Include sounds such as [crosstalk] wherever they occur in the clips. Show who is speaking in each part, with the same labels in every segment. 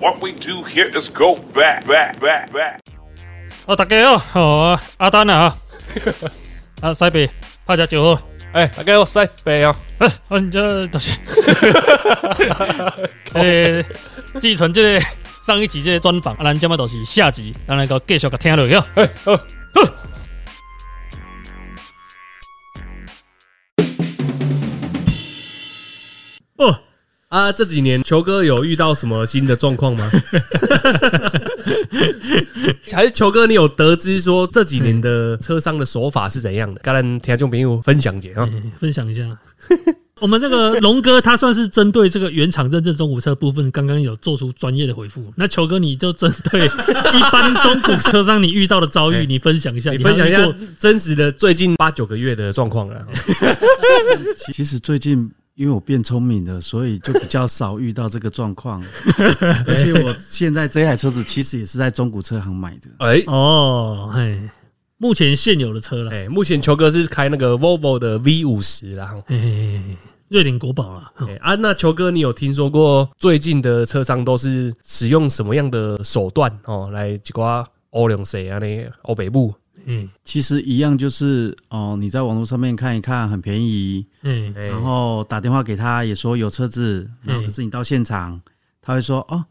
Speaker 1: What we do here is go back, back, back, back.
Speaker 2: 哦，大家好，哦，阿丹啊， [laughs] 啊，西北拍只酒 [laughs] 好，
Speaker 3: 哎、大家好，西北哦，
Speaker 2: 呃、啊，你这都 [laughs] 是，诶、继承这个上一集这个专访，啊，咱这么都是下集，咱来个继续个听落去哦。
Speaker 3: 哎、好，
Speaker 2: 哦，
Speaker 3: 啊，这几年球哥有遇到什么新的状况吗？还是球哥，你有得知说这几年的车商的手法是怎样的？跟咱听众朋友分享解啊。
Speaker 2: [laughs] 分享一下。我们那个龙哥，他算是针对这个原厂认证中古车部分，刚刚有做出专业的回复。那球哥，你就针对一般中古车上你遇到的 [laughs] 遭遇，
Speaker 3: 哎
Speaker 2: 你分享一下。
Speaker 3: 你分享一
Speaker 2: 还
Speaker 3: 下
Speaker 2: 有遇过
Speaker 3: 真实的最近八九个月的状况啊了。
Speaker 4: 其实最近因为我变聪明了，所以就比较少遇到这个状况。而且我现在这台车子其实也是在中古车行买的，
Speaker 3: 哎
Speaker 2: 哦，嘿，目前现有的车了，
Speaker 3: 哎，目前球哥是开那个 Volvo 的 V 五十啦。
Speaker 2: 嘿嘿嘿瑞典国宝了。
Speaker 3: 哎啊，那球哥，你有听说过最近的车商都是使用什么样的手段哦来一寡欧两谁啊呢？欧北部
Speaker 2: 嗯
Speaker 4: 其实一样就是哦，你在网络上面看一看，很便宜，
Speaker 2: 嗯，
Speaker 3: 哎
Speaker 4: 然后打电话给他也说有车子，然后可是你到现场，他会说哦，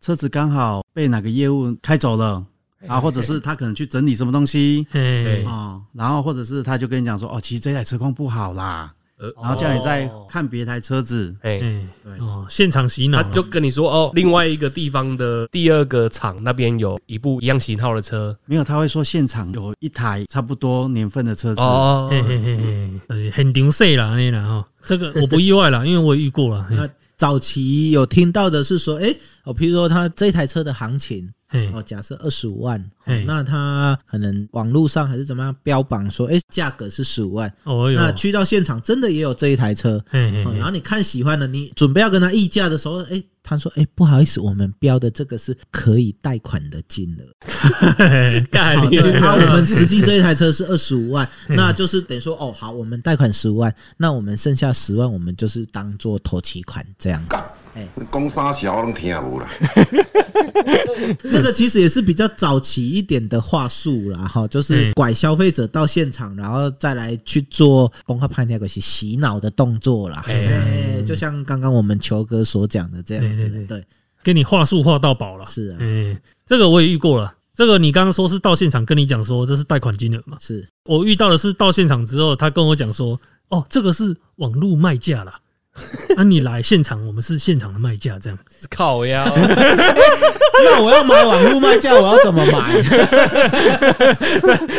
Speaker 4: 车子刚好被哪个业务开走了啊，或者是他可能去整理什么东西。
Speaker 2: 嘿
Speaker 3: 哎，
Speaker 4: 哦，然后或者是他就跟你讲说，哦，其实这台车况不好啦，
Speaker 3: 呃
Speaker 4: 然后叫你再看别台车子，
Speaker 3: 哎，
Speaker 2: 嗯，
Speaker 4: 对
Speaker 2: 哦，现场洗脑
Speaker 3: 他
Speaker 2: 了，
Speaker 3: 就跟你说哦，另外一个地方的第二个厂那边有一部一样型号的车
Speaker 4: 没有，他会说现场有一台差不多年份的车子，
Speaker 3: 哦，
Speaker 2: 嘿嘿嘿嘿，就是很牛塞啦，那啦哈，这个我不意外
Speaker 5: [laughs]
Speaker 2: 啦，因为我也遇过了。
Speaker 5: 那早期有听到的是说，哎、哦，譬如说他这台车的行情，
Speaker 2: 嘿，
Speaker 5: 哦，假设二十五万，哦
Speaker 2: 嘿
Speaker 5: 那他可能网络上还是怎么样标榜说，哎、价格是十五万，
Speaker 2: 哦哟，
Speaker 5: 那去到现场真的也有这一台车，
Speaker 2: 嘿嘿
Speaker 5: 哦，
Speaker 2: 嘿，
Speaker 5: 然后你看喜欢的，你准备要跟他议价的时候，哎、他说，哎、不好意思，我们标的这个是可以贷款的金额，
Speaker 2: [laughs] 嘿
Speaker 3: 干
Speaker 5: 好，
Speaker 3: 你
Speaker 5: 哦对，
Speaker 2: 啊
Speaker 5: 那我们实际这一台车是二十五万，
Speaker 2: [laughs] 嗯
Speaker 5: 那就是等于说，哦，好，我们贷款十五万，那我们剩下十万，我们就是当做头期款这样。哎
Speaker 6: 你讲啥小我拢听无啦。
Speaker 5: [laughs] 这个其实也是比较早期一点的话术啦，哈，就是
Speaker 2: 嗯
Speaker 5: 拐消费者到现场，然后再来去做公开拍那个是洗脑的动作啦。
Speaker 3: 哎呀
Speaker 5: 哎，就像刚刚我们球哥所讲的这样子
Speaker 2: 对对，
Speaker 5: 对，
Speaker 2: [laughs] 给你话术话到饱了。
Speaker 5: 是啊，
Speaker 2: 嗯，这个我也遇过了。这个你刚刚说是到现场跟你讲说这是贷款金额嘛？
Speaker 5: 是
Speaker 2: 我遇到的是到现场之后，他跟我讲说，哦，这个是网络卖价啦。啊，你来现场，我们是现场的卖价，这样。
Speaker 3: 靠呀！
Speaker 5: 那我要买网络卖价，我要怎么买？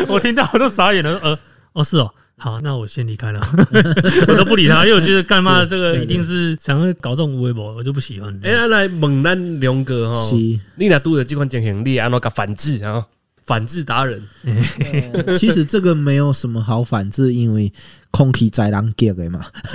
Speaker 2: 我听到我都傻眼了，呃，哦是哦，好，那我先离开了，我都不理他，因为我觉得干嘛这个一定是想要搞这种微博，我就不喜欢。
Speaker 3: [laughs] 哎，啊来问咱龙哥哦，
Speaker 5: [laughs] 是
Speaker 3: 你若拄着这款情形，你安怎甲反制啊？反制达人，
Speaker 5: 其实这个没有什么好反制，因为空气在狼给的嘛。 [laughs]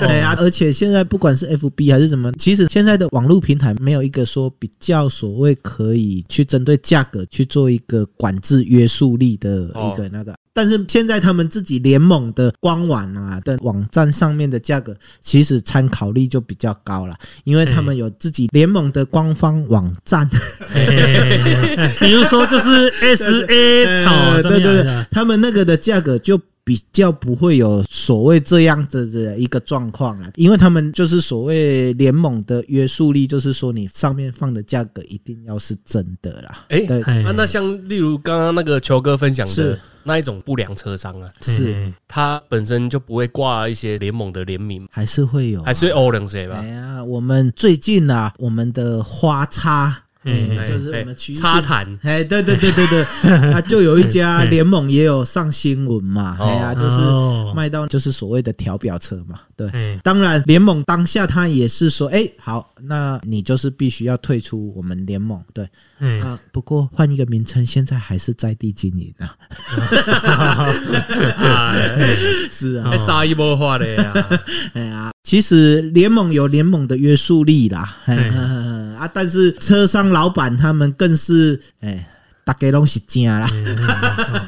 Speaker 5: 对啊，而且现在不管是 FB 还是什么，其实现在的网络平台没有一个说比较所谓可以去针对价格去做一个管制约束力的一个那个。但是现在他们自己联盟的官网啊的网站上面的价格，其实参考力就比较高了，因为他们有自己联盟的官方网站。
Speaker 2: 嘿嘿嘿嘿比如说就是 S A 草
Speaker 5: 呃
Speaker 2: 上面来
Speaker 5: 对对
Speaker 2: 的
Speaker 5: 对，他们那个的价格就比较不会有所谓这样子的一个状况了，因为他们就是所谓联盟的约束力，就是说你上面放的价格一定要是真的啦。
Speaker 3: 哎
Speaker 5: 对，
Speaker 2: 哎
Speaker 3: 啊，那像例如刚刚那个球哥分享的
Speaker 5: 是
Speaker 3: 那一种不良车商啊，
Speaker 5: 是
Speaker 2: 嗯
Speaker 3: 它本身就不会挂一些联盟的联名，
Speaker 5: 还是会有啊、
Speaker 3: 还是 O 两谁吧
Speaker 5: 哎？呀，我们最近啊，我们的花叉。
Speaker 2: 嗯
Speaker 5: 嗯，就是我
Speaker 3: 哎
Speaker 5: 们区域
Speaker 3: 插谈，
Speaker 5: 哎，对对对对对，
Speaker 3: [laughs]
Speaker 5: 啊，就有一家联盟也有上新闻嘛，
Speaker 3: 哦
Speaker 5: 哎呀，就是
Speaker 2: 哦
Speaker 5: 卖到就是所谓的调表车嘛，对，
Speaker 2: 嗯
Speaker 5: 当然，联盟当下他也是说，哎、好，那你就是必须要退出我们联盟，对
Speaker 2: 嗯，
Speaker 5: 啊。不过换一个名称，现在还是在地经营啊，是啊，
Speaker 3: 还杀一波话的呀，
Speaker 5: [laughs] 哎呀，其实联盟有联盟的约束力啦，哎 [laughs]
Speaker 2: 嗯
Speaker 5: 啊啊，但是车商老板他们更是，哎，大家拢是真啦，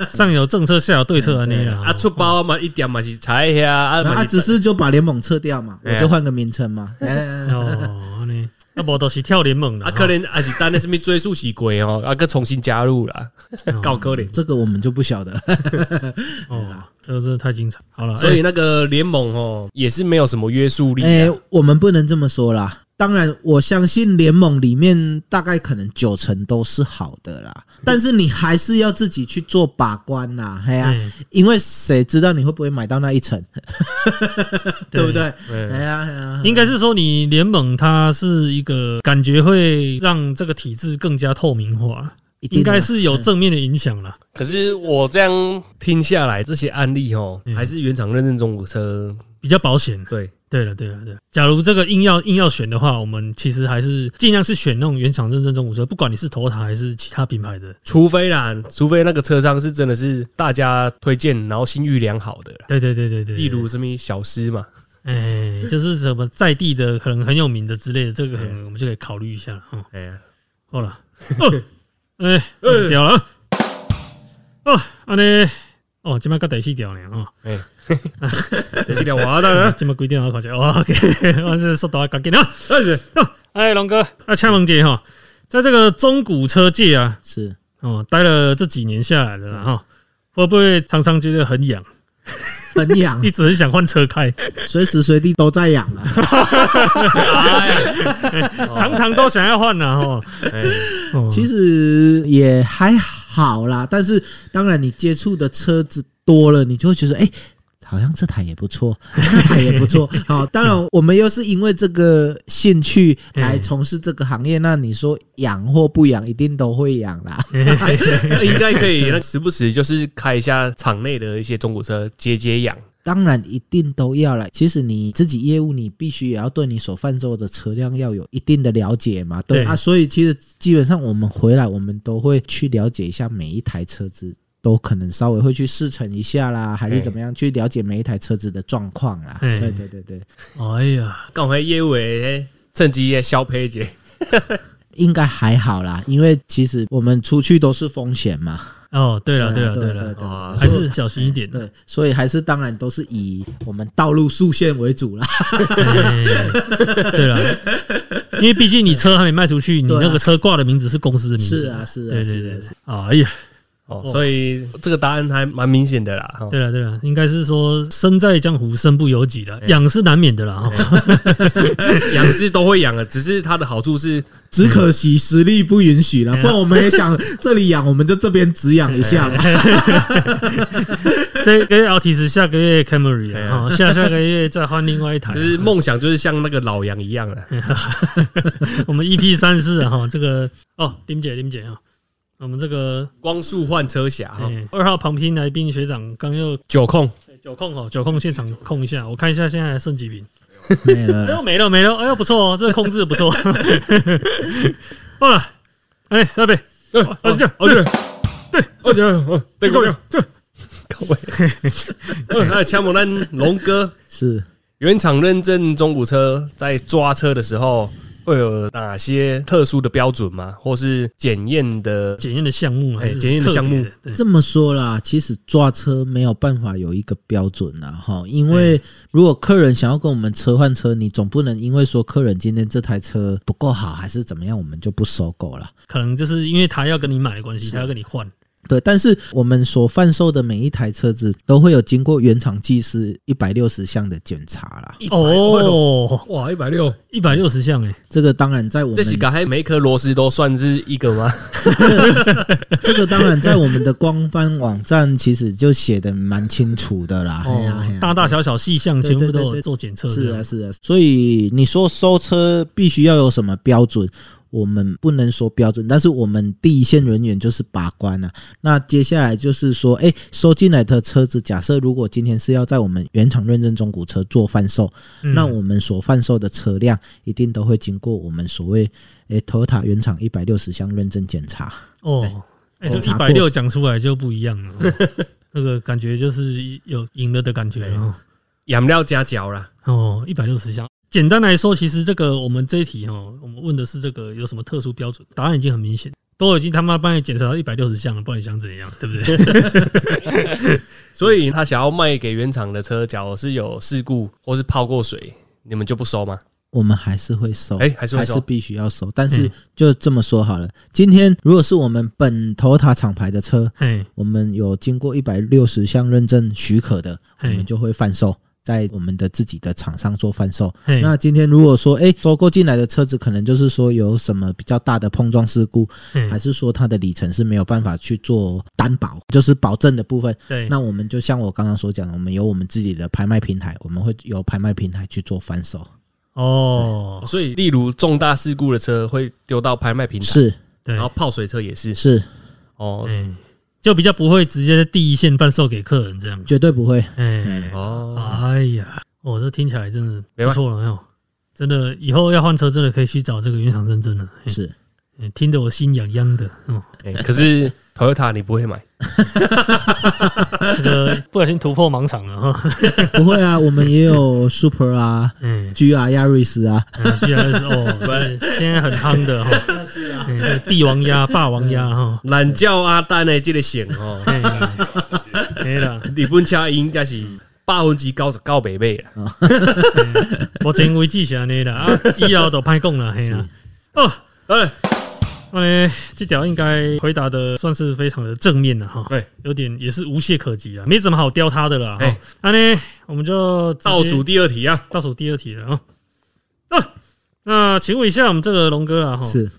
Speaker 2: 上有政策，下有对策，安尼啦。
Speaker 3: 啊，出包嘛一点嘛是踩遐，啊，
Speaker 5: 啊，
Speaker 3: 嘛
Speaker 5: 只是就把联盟撤掉嘛，
Speaker 3: 哎呀
Speaker 2: 嗯
Speaker 5: 我就换个名称嘛，哎哎哎
Speaker 2: 哦，安尼，那无都是跳联盟了。
Speaker 3: 啊，可能还是当那什么追溯起鬼哦， [laughs] 啊，个重新加入啦，搞可能。
Speaker 5: 这个我们就不晓得。
Speaker 2: 哦，这个真的太精彩。好了，
Speaker 3: 所
Speaker 2: 欸
Speaker 3: 以那个联盟哦，也是没有什么约束力啊。
Speaker 5: 哎、我们不能这么说啦。当然，我相信联盟里面大概可能九成都是好的啦，
Speaker 2: 嗯
Speaker 5: 但是你还是要自己去做把关啦，嘿呀、
Speaker 2: 嗯
Speaker 5: 因为谁知道你会不会买到那一
Speaker 2: [laughs]
Speaker 5: 层，对不对？
Speaker 3: 对
Speaker 5: 哎呀，哎呀，
Speaker 2: 应该是说你联盟它是一个感觉会让这个体制更加透明化，
Speaker 5: 一定啊
Speaker 2: 应
Speaker 5: 的
Speaker 2: 该是有正面的影响啦。
Speaker 3: 可是我这样听下来，这些案例哦，还是原厂认证中古车
Speaker 2: 比较保险。
Speaker 3: 对。
Speaker 2: 对了，对了，对了。假如这个硬要硬要选的话，我们其实还是尽量是选那种原厂认证中古车，不管你是头塔还是其他品牌的。
Speaker 3: 除非啦，除非那个车商是真的是大家推荐，然后信誉良好的啦，
Speaker 2: 对对对对对，
Speaker 3: 例如什么小狮嘛，
Speaker 2: 哎，就是什么在地的，可能很有名的之类的，这个可能我们就可以考虑一下了。嗯，
Speaker 3: 哎呀，
Speaker 2: 好 [laughs] 了，哦哎，我掉了。哦，安尼，哦，今麦到第四条呢，哦，
Speaker 3: 哎，这是条话的，
Speaker 2: 今麦几点我看一下。哦，OK，我 [laughs] 是速度要赶紧啊。
Speaker 3: [laughs]
Speaker 2: 哦哎，龙哥，啊，请问姐哈，在这个中古车界啊，
Speaker 5: 是
Speaker 2: 哦，待了这几年下来了啦哈，会不会常常觉得很痒，
Speaker 5: 很痒
Speaker 2: [laughs] 一，直很想换车开，
Speaker 5: 随时随地都在痒啊。
Speaker 2: 常常都想要换呢？哦，
Speaker 3: 哎，
Speaker 2: 哦
Speaker 5: 哦
Speaker 2: [laughs]
Speaker 5: 其实也还好啦，但是当然你接触的车子多了，你就会觉得哎。好像这台也不错， [laughs] 那台也不错。好，当然我们又是因为这个兴趣来从事这个行业，那你说养或不养，一定都会养啦。
Speaker 2: 哎
Speaker 3: 应该可以， [laughs] 那时不时就是开一下场内的一些中古车解解痒，
Speaker 5: 当然一定都要啦。其实你自己业务，你必须也要对你所贩售的车辆要有一定的了解嘛，
Speaker 2: 对
Speaker 5: 对啊。所以其实基本上我们回来，我们都会去了解一下每一台车子。都可能稍微会去试乘一下啦，还是怎么样去了解每一台车子的状况啦。
Speaker 2: 哎
Speaker 5: 对对对对，
Speaker 2: 哎呀，
Speaker 3: 刚好业务诶，趁机也消配一下，
Speaker 5: 应该还好啦，因为其实我们出去都是风险嘛。
Speaker 2: 哦，对了，对了，
Speaker 5: 对
Speaker 2: 对
Speaker 5: 啊
Speaker 2: 了
Speaker 5: 对啊，对啊
Speaker 3: 哇
Speaker 5: 对啊
Speaker 2: 还是小心一点。
Speaker 5: 对，所以还是当然都是以我们道路速限为主啦。
Speaker 2: 哎对了，因为毕竟你车还没卖出去，你
Speaker 5: 对啊
Speaker 2: 那个车挂的名字是公司的名字。
Speaker 5: 是啊是啊
Speaker 2: 对对
Speaker 5: 是
Speaker 2: 对
Speaker 5: 啊是
Speaker 2: 对。哎呀，
Speaker 3: 哦，所以这个答案还蛮明显的啦， [laughs] 哦
Speaker 2: 对了对了，应该是说身在江湖身不由己的，
Speaker 3: 哎
Speaker 2: 痒是难免的啦。哈，
Speaker 3: 养是都会养的，只是它的好处是，
Speaker 5: 只可惜实力不允许
Speaker 3: 哎
Speaker 5: 了，不然我们也想这里养，我们就这边只养一下
Speaker 3: 哎
Speaker 5: 嘛。
Speaker 2: 这个月 L T 是下个月 Camry
Speaker 3: 哎
Speaker 2: 啊，
Speaker 3: 呀
Speaker 2: 哦下下个月再换另外一台啊。
Speaker 3: 就是梦想就是像那个老杨一样的，啊
Speaker 2: 我们 EP 三四啊，哈这个哦，林姐林姐啊，我们这个
Speaker 3: 光速换车侠哈，
Speaker 2: 哎二号旁听来宾学长刚又
Speaker 3: 九控
Speaker 2: 九控哦，九控现场控一下，我看一下现在还剩几瓶。
Speaker 5: 没了
Speaker 2: 哎
Speaker 5: 啦
Speaker 2: 呦，没了没了，哎呦不错哦，这个控制得不错。 [laughs] 好了，哎，设备，
Speaker 3: 对，
Speaker 2: 二十九，
Speaker 3: 二十九，对，二十九，对，够了，对，哎各位， [laughs] 嗯那枪某咱龙哥
Speaker 5: 是
Speaker 3: 原厂认证中古车在抓车的时候会有哪些特殊的标准吗？或是检验的？
Speaker 2: 检验的项目还
Speaker 3: 哎
Speaker 2: 是
Speaker 3: 检验的项目
Speaker 2: 特别的，对
Speaker 5: 这么说啦，其实抓车没有办法有一个标准啦，哈，因
Speaker 3: 哎
Speaker 5: 为如果客人想要跟我们车换车，你总不能因为说客人今天这台车不够好还是怎么样，我们就不收购了。
Speaker 2: 可能就是因为他要跟你买的关系，他要跟你换。
Speaker 5: 对，但是我们所贩售的每一台车子都会有经过原厂技师一百六十项的检查啦。
Speaker 3: 哦，
Speaker 2: 哦，
Speaker 3: 哇，一百六，
Speaker 2: 一百六十项哎，
Speaker 5: 这个当然在我们
Speaker 3: 这几个还每一颗螺丝都算是一个吗？
Speaker 5: [laughs] 这个当然在我们的官方网站其实就写的蛮清楚的啦，啊嘿呀
Speaker 2: 哦
Speaker 5: 嘿呀，
Speaker 2: 大大小小细项
Speaker 5: 对
Speaker 2: 全
Speaker 5: 对
Speaker 2: 部都
Speaker 5: 对
Speaker 2: 有
Speaker 5: 对
Speaker 2: 做检测。
Speaker 5: 是
Speaker 2: 这样
Speaker 5: 啊，是啊，所以你说收车必须要有什么标准？我们不能说标准，但是我们第一线人员就是把关啊。那接下来就是说，哎、收进来的车子，假设如果今天是要在我们原厂认证中古车做贩售，
Speaker 2: 嗯
Speaker 5: 那我们所贩售的车辆一定都会经过我们所谓哎、诶 Toyota 原厂一百六十项认证检查。
Speaker 2: 哦，哎，这
Speaker 5: 检
Speaker 2: 一
Speaker 5: 查
Speaker 2: 百
Speaker 5: 过
Speaker 2: 六讲出来就不一样了，
Speaker 5: [laughs]
Speaker 2: 哦这个感觉就是有赢了的感觉哦。
Speaker 3: [laughs] 养料加脚啦，
Speaker 2: 哦，一百六十项。简单来说，其实这个我们这一题哦，我们问的是这个有什么特殊标准，答案已经很明显，都已经他妈帮你检查到一百六十项了，不然你想怎样，对
Speaker 5: [laughs]
Speaker 2: 不对？
Speaker 3: 所以他想要卖给原厂的车，假如是有事故或是泡过水，你们就不收吗？
Speaker 5: 我们还是会收，
Speaker 3: 哎还是会收
Speaker 5: 是必须要收。但是
Speaker 2: 嗯
Speaker 5: 就这么说好了，今天如果是我们本 Toyota 厂牌的车，
Speaker 2: 哎
Speaker 5: 我们有经过一百六十项认证许可的，我
Speaker 2: 嘿
Speaker 5: 们就会贩售。在我们的自己的厂商做贩售。
Speaker 2: 嘿
Speaker 5: 那今天如果说，哎、收购进来的车子可能就是说有什么比较大的碰撞事故，
Speaker 2: 哎
Speaker 5: 还是说它的里程是没有办法去做担保，就是保证的部分。
Speaker 2: 对，
Speaker 5: 那我们就像我刚刚所讲的，我们有我们自己的拍卖平台，我们会由拍卖平台去做翻手。
Speaker 2: 哦，
Speaker 3: 所以，例如重大事故的车会丢到拍卖平台，，
Speaker 5: 是
Speaker 2: 对
Speaker 3: 然后，泡水车也是，
Speaker 5: 是，
Speaker 3: 哦
Speaker 2: 哎，就比较不会直接在第一线贩售给客人这样，
Speaker 5: 绝对不会。
Speaker 2: 哎，
Speaker 5: 哎
Speaker 3: 哦，
Speaker 2: 哎呀，我这听起来真的不
Speaker 3: 没办法
Speaker 2: 错了，没有，真的以后要换车，真的可以去找这个原厂认证了，嘿
Speaker 5: 是，
Speaker 2: 哎听得我心痒痒的，哦，
Speaker 3: 哎可是 Toyota 你不会买，
Speaker 2: 这个不小心突破盲场了哦 [laughs] 哈，
Speaker 5: 不会啊，我们也有 Super 啊、 [laughs]
Speaker 2: 嗯。
Speaker 5: GR、Yaris 啊，
Speaker 2: 嗯，居然是哦，对，现在很夯的哈， [laughs] 是啊，帝王鸭、霸王鸭哦哎哈，
Speaker 3: 懒叫阿丹的这个险 [laughs] 哦，
Speaker 2: 嘿没了。
Speaker 3: 日本车应该是百分之九十九北美 [laughs] 啦，
Speaker 2: 目前为止是安尼啦， [laughs] 啊，以后都歹讲啦，嘿啦。哦，哎，那呢，这条应该回答的算是非常的哦正面了哈，
Speaker 3: 对，
Speaker 2: 有点也是无懈可击了，啊没怎么好刁他的了哈
Speaker 3: 哎。
Speaker 2: 那呢，我们就直接
Speaker 3: 倒数第二题啊，
Speaker 2: 倒数第二题了啊。啊，那请问一下我们这个龙哥啊，哈，
Speaker 5: 是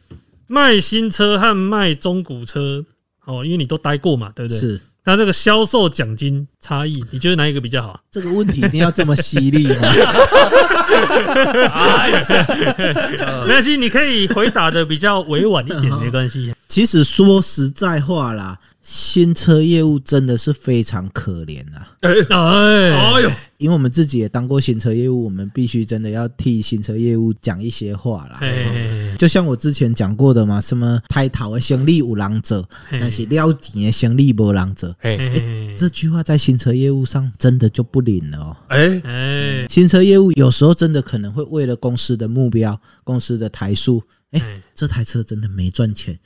Speaker 2: 卖新车和卖中古车，哦，因为你都待过嘛，对不对？
Speaker 5: 是。
Speaker 2: 那这个销售奖金差异，你觉得哪一个比较好？
Speaker 5: 这个问题一定要这么犀利吗？ [laughs]
Speaker 2: 没关系，你可以回答的比较委婉一点，没关系。
Speaker 5: 其实说实在话啦，新车业务真的是非常可怜啊。
Speaker 2: 哎
Speaker 3: 哎，呦，
Speaker 5: 因为我们自己也当过新车业务，我们必须真的要替新车业务讲一些话啦。
Speaker 2: 哎，
Speaker 5: 就像我之前讲过的嘛，什么抬头的生意有人做，
Speaker 2: 嘿
Speaker 5: 但是了钱的生意无人做。
Speaker 3: 哎
Speaker 2: 哎，
Speaker 5: 这句话在新车业务上真的就不灵了哦。
Speaker 3: 哎，
Speaker 2: 哎，
Speaker 5: 新车业务有时候真的可能会为了公司的目标、公司的台数，哎、
Speaker 2: 嗯
Speaker 5: 这台车真的没赚钱，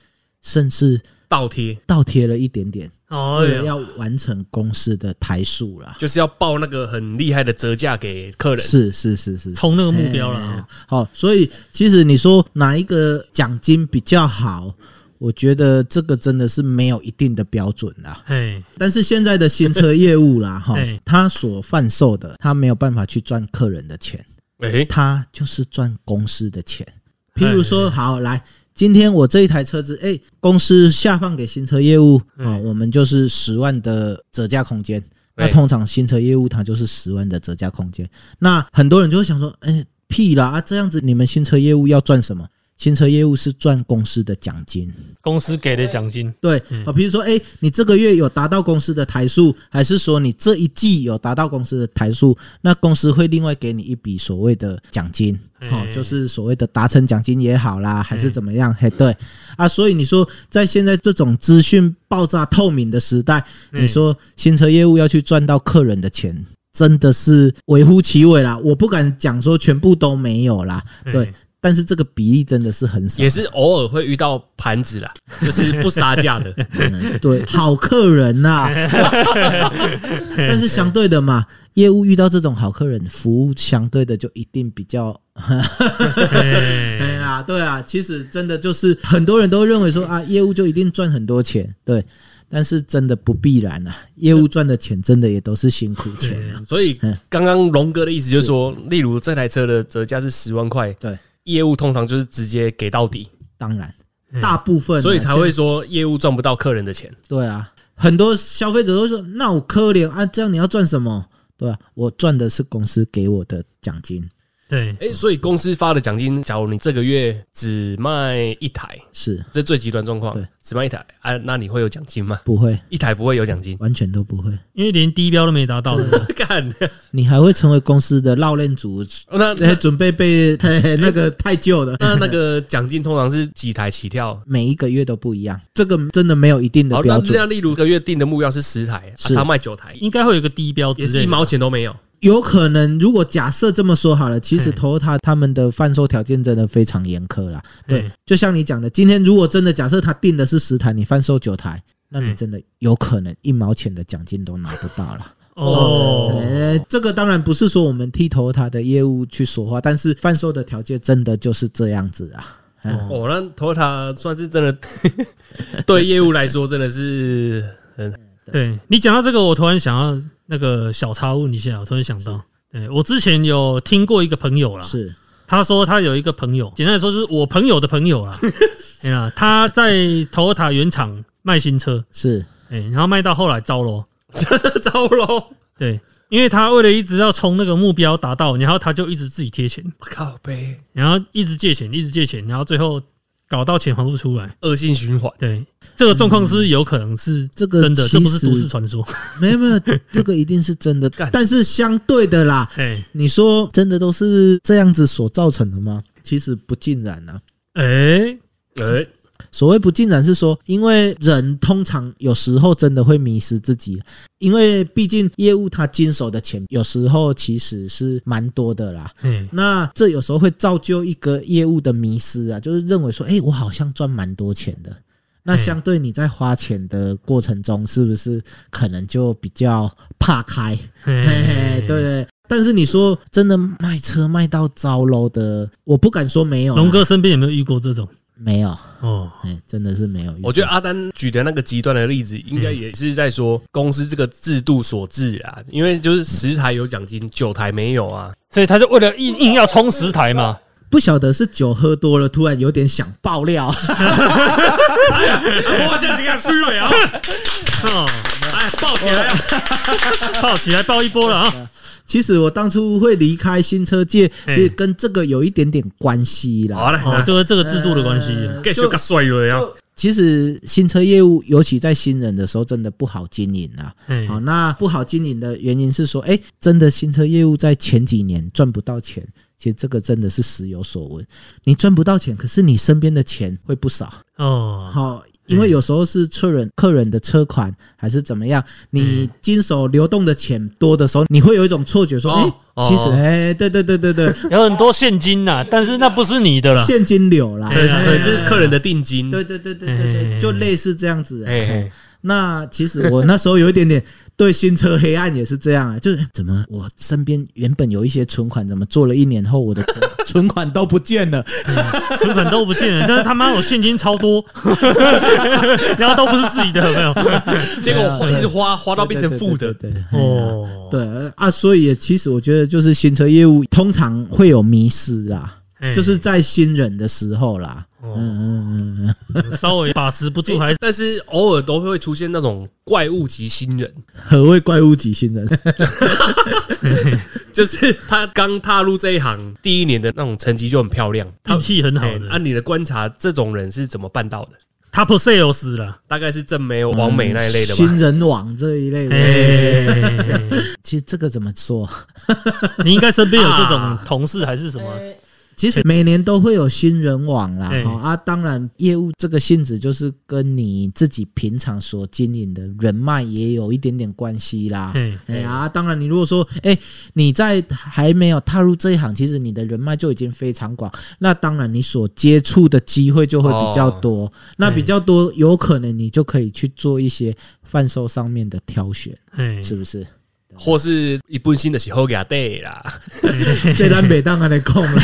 Speaker 5: 甚至
Speaker 3: 倒贴
Speaker 5: 倒贴了一点点，
Speaker 2: 哦
Speaker 5: 为了
Speaker 2: 呀，
Speaker 5: 要完成公司的台数啦。
Speaker 3: 就是要报那个很厉害的折价给客人，
Speaker 5: 是是是是，
Speaker 2: 冲那个目标了
Speaker 5: 哎
Speaker 2: 啊。
Speaker 5: 好，所以其实你说哪一个奖金比较好？我觉得这个真的是没有一定的标准啦。
Speaker 2: 哎，
Speaker 5: 但是现在的新车业务
Speaker 2: [laughs]
Speaker 5: 啦，哈
Speaker 2: 哎，
Speaker 5: 它所贩售的，它没有办法去赚客人的钱，
Speaker 3: 哎，
Speaker 5: 它就是赚公司的钱。譬如说，好来。今天我这一台车子，哎、公司下放给新车业务啊、
Speaker 2: 哎
Speaker 5: 我们就是十万的折价空间。那
Speaker 3: 哎
Speaker 5: 通常新车业务它就是十万的折价空间。那很多人就会想说，哎、屁啦啊，这样子你们新车业务要赚什么？新车业务是赚公司的奖金，
Speaker 2: 公司给的奖金，
Speaker 5: 对啊，比如说，哎、你这个月有达到公司的台数，还是说你这一季有达到公司的台数，那公司会另外给你一笔所谓的奖金，哦
Speaker 2: 哎，
Speaker 5: 就是所谓的达成奖金也好啦，还是怎么样？嘿，对啊，所以你说在现在这种资讯爆炸透明的时代，
Speaker 2: 哎
Speaker 5: 你说新车业务要去赚到客人的钱。真的是微乎其微啦，我不敢讲说全部都没有啦，对
Speaker 2: 哎，
Speaker 5: 但是这个比例真的是很少，
Speaker 3: 也是偶尔会遇到盘子啦， [laughs] 就是不杀价的，
Speaker 5: 嗯 [laughs] 对，好客人 [laughs] 呐、但是相对的嘛，业务遇到这种好客人，服务相对的就一定比较。
Speaker 2: 哎
Speaker 5: [laughs] 哎呀，对啊，其实真的就是很多人都认为说啊，业务就一定赚很多钱，对，但是真的不必然啊，业务赚的钱真的也都是辛苦钱啊，
Speaker 3: 所以刚刚龙哥的意思就是说，例如这台车的折价是十万块，
Speaker 5: 对，
Speaker 3: 业务通常就是直接给到底，
Speaker 5: 当然，大部分啊、
Speaker 3: 所以才会说业务赚不到客人的钱。
Speaker 5: 对啊，很多消费者都说那我可怜啊，这样你要赚什么？对啊，我赚的是公司给我的奖金，
Speaker 2: 对，
Speaker 3: 哎，所以公司发的奖金，假如你这个月只卖一台，
Speaker 5: 是
Speaker 3: 这最极端状况
Speaker 5: 对，
Speaker 3: 只卖一台啊，那你会有奖金吗？
Speaker 5: 不会，，
Speaker 3: 一台不会有奖金
Speaker 5: 完全都不会。
Speaker 2: 因为连低标都没达到，
Speaker 3: [laughs] 干，
Speaker 5: 你还会成为公司的绕链族，
Speaker 3: 哦那
Speaker 5: 呃
Speaker 3: 那
Speaker 5: 准备被 [laughs] 嘿嘿那个太旧了。
Speaker 3: 那那个奖金通常是几台起跳？
Speaker 5: 每一个月都不一样，这个真的没有一定的
Speaker 3: 好， [laughs] 那
Speaker 5: 标
Speaker 3: 那
Speaker 5: 准，
Speaker 3: 例如一个月定的目标是十台，啊
Speaker 5: 是
Speaker 3: 他卖九台，
Speaker 2: 应该会有一个低标之
Speaker 3: 也是
Speaker 2: 类
Speaker 3: 一
Speaker 2: 的。
Speaker 3: 毛钱都没有。
Speaker 5: 有可能如果假设这么说好了，其实
Speaker 2: 嗯
Speaker 5: Toyota 他们的贩售条件真的非常严苛啦。对
Speaker 2: 嗯，
Speaker 5: 就像你讲的，今天如果真的假设他定的是十台，你贩售九台，那你
Speaker 2: 嗯
Speaker 5: 真的有可能一毛钱的奖金都拿不到了。
Speaker 2: 哦，
Speaker 5: 呃，这个当然不是说我们剃头塔的业务去说话，但是贩售的条件真的就是这样子啊。
Speaker 3: 哦，那 Toyota 算是真的对业务来说真的是很
Speaker 2: 对你讲到这个，我突然想要那个小插问一下，我突然想到，对我之前有听过一个朋友啦，
Speaker 5: 是，
Speaker 2: 他说他有一个朋友，简单来说就是我朋友的朋
Speaker 5: [laughs]
Speaker 2: 友啦，哎呀，他在 Toyota 原厂卖新车，
Speaker 5: 是，
Speaker 2: 哎，然后卖到后来糟了，
Speaker 3: 糟了。
Speaker 2: 对，因为他为了一直要冲那个目标达到，然后他就一直自己贴钱，
Speaker 3: 我靠呗，
Speaker 2: 然后一直借钱，一直借钱，然后最后搞到钱还不出来。
Speaker 3: 恶性循环。
Speaker 2: 对，这个状况是不是有可能是
Speaker 5: 嗯这个
Speaker 2: 真的？这不是
Speaker 5: 其实
Speaker 2: 都市传
Speaker 5: [laughs]
Speaker 2: 说。
Speaker 5: 没有没有，这个一定是真的
Speaker 3: 干，
Speaker 5: 但是相对的啦，
Speaker 2: 哎
Speaker 5: 你说真的都是这样子所造成的吗？其实不尽然啊。
Speaker 2: 哎，
Speaker 3: 哎，
Speaker 5: 所谓不尽然是说，因为人通常有时候真的会迷失自己，因为毕竟业务他经手的钱有时候其实是蛮多的啦。
Speaker 2: 哎，
Speaker 5: 那这有时候会造就一个业务的迷失啊，就是认为说，哎、我好像赚蛮多钱的。
Speaker 3: 嗯
Speaker 5: 那相对你在花钱的过程中，是不是可能就比较怕开？
Speaker 3: 嗯
Speaker 5: 嘿嘿，对对。但是你说真的卖车卖到糟喽的，我不敢说没有啦，
Speaker 2: 龙哥身边有没有遇过这种？
Speaker 5: 没有，
Speaker 2: 哦，
Speaker 5: 哎，真的是没有遇过。
Speaker 3: 我觉得阿丹举的那个极端的例子，应该也是在说公司这个制度所致啊，因为就是十台有奖金，九台没有啊。
Speaker 2: 所以他就为了硬硬要冲十台嘛。
Speaker 5: 不晓得是酒喝多了，突然有点想爆料。 [laughs]
Speaker 3: 我现在给他吹了啊！
Speaker 2: 哦，哎，抱起来啊，抱起来，抱一波了啊！
Speaker 5: 其实我当初会离开新车界，
Speaker 2: 哎
Speaker 3: 嗯
Speaker 5: 其实跟这个有一点点关系啦。
Speaker 3: 好了，
Speaker 2: 哦，
Speaker 3: 来
Speaker 2: 就是这个制度的关系。
Speaker 5: 呃
Speaker 3: 继续给他甩了啊！
Speaker 5: 其实新车业务，尤其在新人的时候，真的不好经营啊。
Speaker 3: 嗯
Speaker 2: 哎
Speaker 5: 好，那不好经营的原因是说，哎，真的新车业务在前几年赚不到钱，其实这个真的是时有所闻。你赚不到钱，可是你身边的钱会不少。
Speaker 3: 嗯
Speaker 2: 哦，
Speaker 5: 好、因为有时候是客人客人的车款还是怎么样，
Speaker 3: 嗯
Speaker 5: 你经手流动的钱多的时候，你会有一种错觉说，哎、
Speaker 3: 哦哦
Speaker 5: 其实哎、对对对
Speaker 3: [laughs]
Speaker 5: 对对，
Speaker 2: 有很多现金呐，但是那不是你的啦。
Speaker 5: 现金流啦，
Speaker 2: 哎
Speaker 3: 可
Speaker 2: 对
Speaker 3: 是可是客人的定金，
Speaker 5: 对对对对
Speaker 3: 嗯
Speaker 5: 对对，
Speaker 2: 哎
Speaker 5: 就类似这样子。
Speaker 3: 哎
Speaker 5: 哎
Speaker 3: 哎，
Speaker 5: 那其实我那时候有一点点对新车黑暗也是这样啊，就是哎怎么我身边原本有一些存款，怎么做了一年后我的存存款都不见了？
Speaker 2: 存款都不见了，但是他妈我现金超多，然后都不是自己的，有没有？
Speaker 3: 结果花一直花花到变成负的，
Speaker 5: 对对对对对
Speaker 2: 哦，
Speaker 5: 对呃啊，所以也其实我觉得就是新车业务通常会有迷失啦，
Speaker 2: 哎
Speaker 5: 就是在新人的时候啦。嗯嗯嗯嗯
Speaker 2: 稍微把持不住，还是
Speaker 3: 但是偶尔都会出现那种怪物级新人，
Speaker 5: 嗯，何谓怪物级新人？
Speaker 3: 就是他刚踏入这一行第一年的那种成绩就很漂亮。他
Speaker 2: 运气很好
Speaker 3: 哎按、
Speaker 2: 的。
Speaker 3: 你的观察，这种人是怎么办到的？
Speaker 2: Top sales 啦，
Speaker 3: 大概是正美有王美那一类的吧
Speaker 5: 嗯新。人网这一类的。
Speaker 2: 哎，
Speaker 5: 其实这个怎么说？
Speaker 2: 你应该身边有这种同事还是什么？
Speaker 5: 其实每年都会有新人网啦
Speaker 2: 对，
Speaker 5: 好啊，当然业务这个性质就是跟你自己平常所经营的人脉也有一点点关系啦。
Speaker 2: 哎，
Speaker 5: 哎呀，当然，你如果说，哎，你在还没有踏入这一行，其实你的人脉就已经非常广，那当然你所接触的机会就会比较多，
Speaker 2: 哦
Speaker 5: 那比较多，有可能你就可以去做一些贩售上面的挑选，
Speaker 2: 哎，
Speaker 5: 是不是？ [laughs]
Speaker 3: 或是一般新的时候给他带啦， [laughs]
Speaker 5: 这南北当然得空了。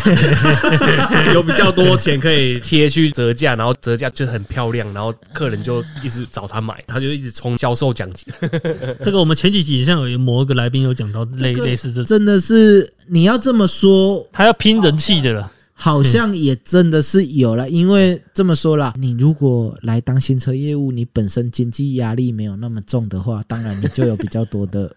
Speaker 3: 有比较多钱可以贴去折价，然后折价就很漂亮，然后客人就一直找他买，他就一直冲销售奖
Speaker 5: 啊
Speaker 3: 金。
Speaker 2: 这个我们前几集像有某一个来宾有讲到 [laughs] 类
Speaker 5: 这个
Speaker 2: 类似这种，
Speaker 5: 真的是你要这么说，
Speaker 2: 他要拼人气的了。
Speaker 5: 好像也真的是有了。因为这么说啦，你如果来当新车业务，你本身经济压力没有那么重的话，当然你就有比较多
Speaker 2: [laughs]
Speaker 5: 的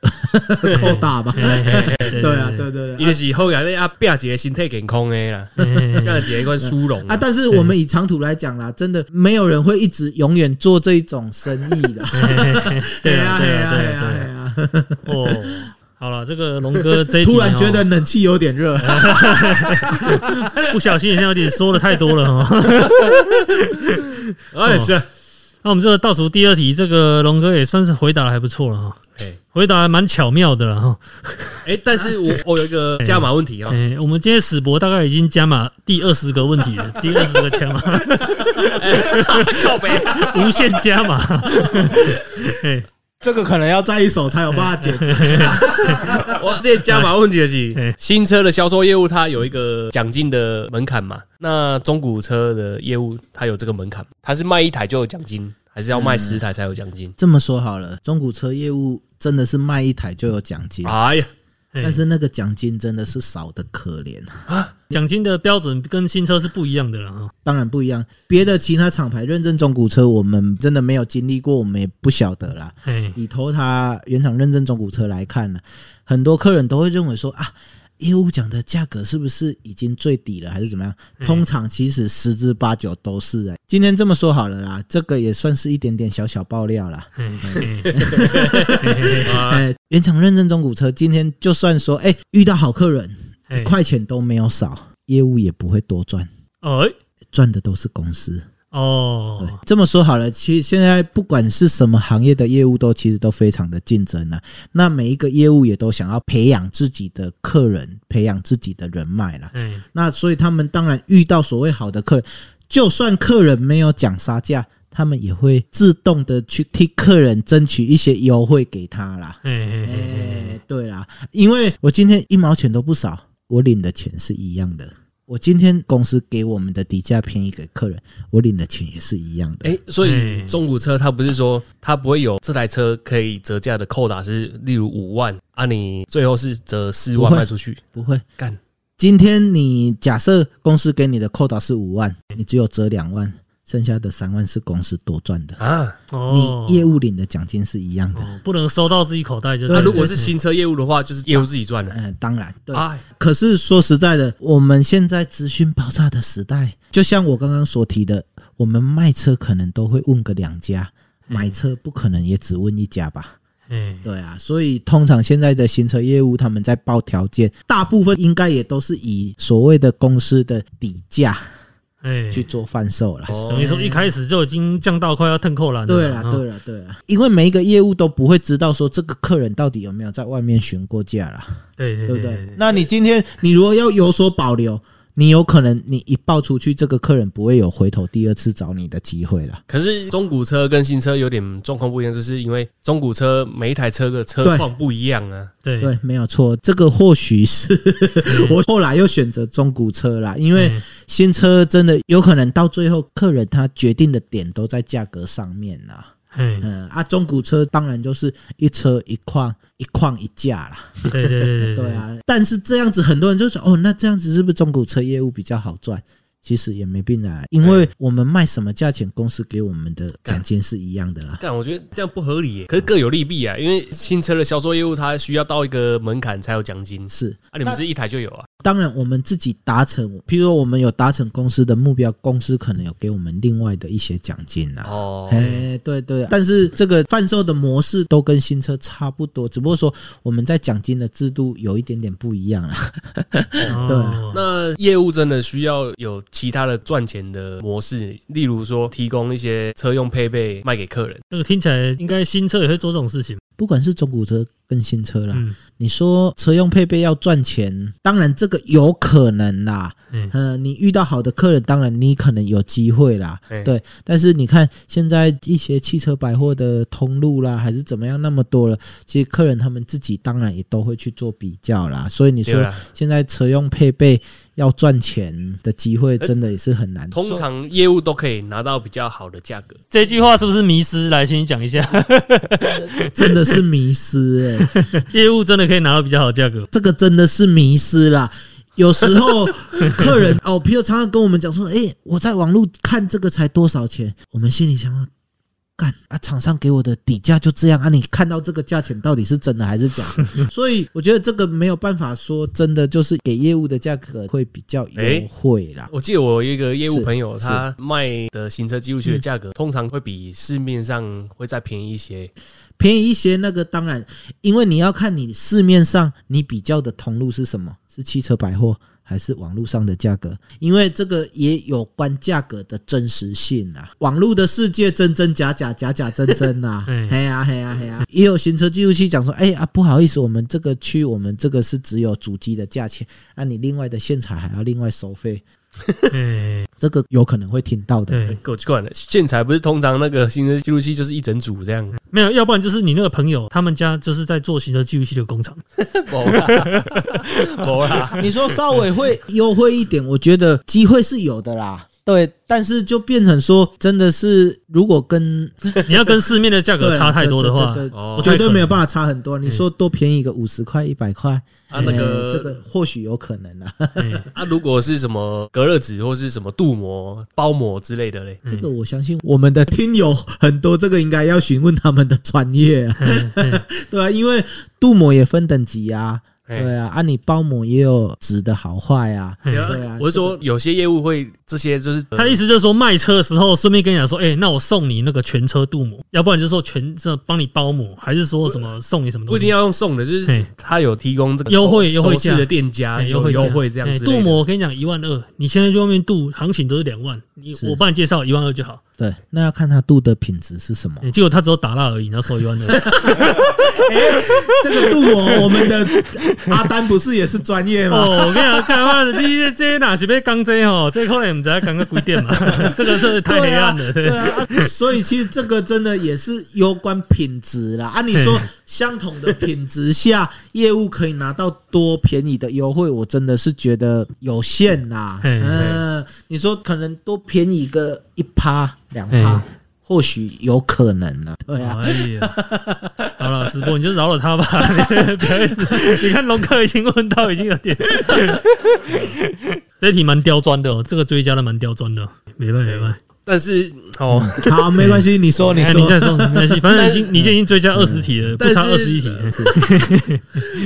Speaker 5: 扣打吧。对
Speaker 2: 对
Speaker 5: 啊，对对对
Speaker 3: 因为是后来那啊，变姐心态健康的
Speaker 5: [laughs]
Speaker 3: 啦，变姐一关殊荣
Speaker 5: 啊！
Speaker 3: 啊，
Speaker 5: 但是我们以长途来讲啦，真的没有人会一直永远做这种生意的。
Speaker 2: [laughs] 对
Speaker 5: 啊
Speaker 2: 啊，对啊，
Speaker 5: [laughs] 嘿啊嘿
Speaker 2: 对啊，
Speaker 5: 啊嘿啊！
Speaker 2: 对啊。哦，好了，这个龙哥这一集
Speaker 5: [laughs] 突然
Speaker 2: 哦
Speaker 5: 觉得冷气有点热，
Speaker 2: 不小心好像有点说的太多了哦。
Speaker 5: [laughs]
Speaker 3: 哎是
Speaker 5: 哦
Speaker 3: 啊，
Speaker 2: 那我们这个倒数第二题，这个龙哥也算是回答的还不错了哈，
Speaker 3: 哎
Speaker 2: 回答得蛮巧妙的了哈。
Speaker 3: 哎，但是我我有一个加码问题啊，
Speaker 2: 哎、我们今天史博大概已经加码第二十个问题
Speaker 5: [laughs]
Speaker 2: 了，第二十个加码，
Speaker 3: 靠北啊
Speaker 2: 无限加码。哎、
Speaker 5: 这个可能 [laughs] 要在一手才有办法解决。
Speaker 2: [laughs]
Speaker 3: 我这加码问题的 [laughs] 是
Speaker 2: 哎，
Speaker 3: 新车的销售业务它有一个奖金的门槛嘛？那中古车的业务它有这个门槛，它是卖一台就有奖金，还是要卖十台才有奖金？
Speaker 5: 这么说好了，中古车业务真的是卖一台就有奖金，
Speaker 3: 哎呀，
Speaker 2: 哎
Speaker 5: 但是那个奖金真的是少的可怜。
Speaker 2: 奖金的标准跟新车是不一样的了啊。
Speaker 5: 当然不一样，别的其他厂牌认证中古车，我们真的没有经历过，我们也不晓得啦。
Speaker 2: 哎，
Speaker 5: 以头它原厂认证中古车来看呢，很多客人都会认为说啊，业务讲的价格是不是已经最低了，还是怎么样？通常其实十之八九都是、欸。今天这么说好了啦，这个也算是一点点小小爆料啦。
Speaker 2: 哎，
Speaker 5: [laughs] 哎、原厂认证中古车，今天就算说哎、遇到好客人，
Speaker 2: 哎
Speaker 5: 一块钱都没有少，业务也不会多赚，
Speaker 2: 哦，哎
Speaker 5: 赚的都是公司。对
Speaker 2: 哦，，
Speaker 5: 这么说好了，其实现在不管是什么行业的业务都其实都非常的竞争了、那每一个业务也都想要培养自己的客人，培养自己的人脉啦。
Speaker 2: 哎，
Speaker 5: 那所以他们当然遇到所谓好的客人，就算客人没有讲杀价，他们也会自动的去替客人争取一些优惠给他啦。
Speaker 2: 哎哎
Speaker 5: 哎、
Speaker 2: 哎，
Speaker 5: 对啦，因为我今天一毛钱都不少，我领的钱是一样的。我今天公司给我们的底价便宜给客人，我领的钱也是一样的。
Speaker 3: 哎，所以
Speaker 2: 哎
Speaker 3: 中古车它不是说它不会有这台车可以折价的扣打是，例如五万啊，你最后是折四万
Speaker 5: 不会
Speaker 3: 卖出去，
Speaker 5: 不会，
Speaker 3: 干
Speaker 5: 今天你假设公司给你的扣打是五万，你只有折两万，剩下的三万是公司多赚的。
Speaker 3: 啊！
Speaker 2: 哦，
Speaker 5: 哎你业务领的奖金是一样的。
Speaker 2: 哦不能收到自己口袋就对
Speaker 3: 那
Speaker 2: 了。
Speaker 3: 如果是新车业务的话，就是业务自己赚了。
Speaker 5: 嗯、当然对。
Speaker 2: 啊
Speaker 3: 哎，
Speaker 5: 可是说实在的，我们现在资讯爆炸的时代，就像我刚刚所提的，我们卖车可能都会问个两家，
Speaker 2: 嗯
Speaker 5: 买车不可能也只问一家吧。
Speaker 2: 哎，
Speaker 5: 对啊，所以通常现在的行车业务，他们在报条件，大部分应该也都是以所谓的公司的底价
Speaker 2: 哎，
Speaker 5: 去做贩售了。
Speaker 2: 等于说一开始就已经降到快要腾扣了。
Speaker 5: 对啦，
Speaker 2: 哦
Speaker 5: 对啦，对啦，因为每一个业务都不会知道说这个客人到底有没有在外面询过价啦，
Speaker 2: 对对对
Speaker 5: 对不
Speaker 2: 对
Speaker 5: 对？那你今天你如果要有所保留，你有可能你一报出去，这个客人不会有回头第二次找你的机会啦。
Speaker 3: 可是中古车跟新车有点状况不一样，就是因为中古车每一台车的车
Speaker 5: 对
Speaker 3: 况不一样啊。
Speaker 2: 对
Speaker 5: 对，没有错，这个或许是 [laughs] 我后来又选择中古车啦，因为
Speaker 2: 嗯
Speaker 5: 新车真的有可能到最后客人他决定的点都在价格上面啦。
Speaker 2: 哎，
Speaker 5: 嗯啊，中古车当然就是一车一况一况一价啦。
Speaker 2: 对对对对
Speaker 5: 对，啊，但是这样子很多人就说，哦，那这样子是不是中古车业务比较好赚？其实也没必然，因为我们卖什么价钱，公司给我们的奖金是一样的啦。
Speaker 3: 但我觉得这样不合理耶，可是各有利弊啊。因为新车的销售业务它需要到一个门槛才有奖金，
Speaker 5: 是，
Speaker 3: 啊，你们是一台就有啊。
Speaker 5: 当然我们自己达成，譬如说我们有达成公司的目标，公司可能有给我们另外的一些奖金啦。
Speaker 3: 哦，
Speaker 5: 哎，对对，但是这个贩售的模式都跟新车差不多，只不过说我们在奖金的制度有一点点不一样啦。啊
Speaker 2: 哦
Speaker 3: 那业务真的需要有其他的赚钱的模式，例如说提供一些车用配备卖给客人。
Speaker 2: 这个听起来应该新车也会做这种事情。
Speaker 5: 不管是中古车跟新车啦，
Speaker 2: 嗯，
Speaker 5: 你说车用配备要赚钱，当然这个有可能啦。
Speaker 2: 嗯
Speaker 5: 嗯、你遇到好的客人，当然你可能有机会啦。
Speaker 3: 哎
Speaker 5: 对，但是你看现在一些汽车百货的通路啦，还是怎么样，那么多了，其实客人他们自己当然也都会去做比较啦。所以你
Speaker 3: 对
Speaker 5: 说
Speaker 3: 啦
Speaker 5: 现在车用配备要赚钱的机会，真的也是很难。
Speaker 3: 通常业务都可以拿到比较好的价格。
Speaker 2: 这句话是不是迷失？来，请你讲一
Speaker 5: [laughs]
Speaker 2: 下，
Speaker 5: 真的是迷失哎、
Speaker 2: 业务真的可以拿到比较好的价格。
Speaker 5: 这个真的是迷失啦。有时候客人哦，譬如常常跟我们讲说，哎、我在网络看这个才多少钱，我们心里想要。干啊！厂商给我的底价就这样啊！你看到这个价钱到底是真的还是假的？所以我觉得这个没有办法说真的，就是给业务的价格会比较优惠啦。
Speaker 3: 我记得我有一个业务
Speaker 5: 是
Speaker 3: 朋友，
Speaker 5: 是嗯
Speaker 3: 他卖的行车记录器的价格通常会比市面上会再便宜一些。
Speaker 5: 便宜一些那个当然，因为你要看你市面上你比较的通路是什么，是汽车百货还是网络上的价格？因为这个也有关价格的真实性啊。网络的世界真真假假，假假真真啊
Speaker 2: 嗯，
Speaker 5: 嘿呀嘿呀嘿呀，也有行车记录器讲说，哎、啊不好意思，我们这个区我们这个是只有主机的价钱，啊你另外的线材还要另外收费。
Speaker 2: 哎，
Speaker 5: 这个有可能会听到的。
Speaker 2: 对，
Speaker 3: 够奇怪了。建材不是通常那个行车记录器就是一整组这样，啊
Speaker 2: 没有，要不然就是你那个朋友，他们家就是在做行车记录器的工
Speaker 5: [laughs]
Speaker 2: 厂。
Speaker 3: 没啦，没啦。 [laughs]
Speaker 5: 你说稍微会优惠一点，我觉得机会是有的啦。对，但是就变成说，真的是如果跟
Speaker 2: 你要跟市面的价格
Speaker 5: 对
Speaker 2: 差太多的话，
Speaker 5: 对对对
Speaker 3: 哦
Speaker 5: 绝对没有办法差很多。你说多便宜个五十块、一百块，
Speaker 3: 啊那个
Speaker 5: 哎这个或许有可能啊。
Speaker 2: 哎
Speaker 3: 啊，如果是什么隔热纸或是什么镀膜、包膜之类的嘞，
Speaker 5: [laughs] 这个我相信我们的听友很多，这个应该要询问他们的专业啊，
Speaker 3: 嗯
Speaker 2: 哎哎
Speaker 5: [laughs] 对啊，因为镀膜也分等级啊，
Speaker 3: 哎
Speaker 5: 对啊，啊你包膜也有纸的好坏啊，
Speaker 2: 哎
Speaker 3: 有啊
Speaker 5: 对啊
Speaker 3: 我是说有些业务会这些就是
Speaker 2: 他的意思就是说，卖车的时候顺便跟你讲说，哎、那我送你那个全车镀膜，要不然就是说全这帮你包膜，还是说什么送你什么
Speaker 3: 不
Speaker 2: 东
Speaker 3: 一
Speaker 2: 西？
Speaker 3: 定要用送的，就是
Speaker 2: 嘿
Speaker 3: 他有提供这个
Speaker 2: 优惠
Speaker 3: 手
Speaker 2: 优惠
Speaker 3: 手
Speaker 2: 价
Speaker 3: 饰的店家
Speaker 2: 哎
Speaker 3: 有
Speaker 2: 惠
Speaker 3: 优
Speaker 2: 优
Speaker 3: 惠这样子。
Speaker 2: 镀膜我跟你讲一万二，你现在去外面镀，行情都是两万，你
Speaker 5: 是
Speaker 2: 我帮你介绍一万二就好。
Speaker 5: 对，那要看它镀的品质是什么。
Speaker 2: 哎结果他只有打蜡而已，然后收一万
Speaker 3: [laughs]
Speaker 2: 二。
Speaker 5: [laughs] 这个镀膜，我们的阿丹不是也是专业吗？
Speaker 2: 哦，我跟你讲，干嘛的？你这这哪是被刚这哦？这可能我们在讲个鬼店嘛， [laughs] 这个是太黑暗了。
Speaker 5: 对啊，对啊，所以其实这个真的也是攸关品质啦。按、啊、你说
Speaker 2: 嗯，
Speaker 5: 相同的品质下，业务可以拿到多便宜的优惠，我真的是觉得有限呐。
Speaker 2: 嗯
Speaker 5: 嗯、你说可能多便宜个一趴两趴
Speaker 2: 嗯，
Speaker 5: 或许有可能呢、对啊，
Speaker 2: 哎呀，好了，师伯，你就饶了他吧， [laughs] 不好意思。你看龙哥已经问到已经有点， [laughs] 这一题蛮刁钻的哦，这个追加的蛮刁钻的哦，没办法，没办法。
Speaker 3: 但是哦，
Speaker 5: 好，没关系，你说，你
Speaker 2: 哎
Speaker 5: 说嗯
Speaker 2: 你。再
Speaker 5: [laughs]
Speaker 2: 送没关系，反正已经你已经追加二十题了，不
Speaker 3: 但是
Speaker 2: 差二十一题。
Speaker 5: 呃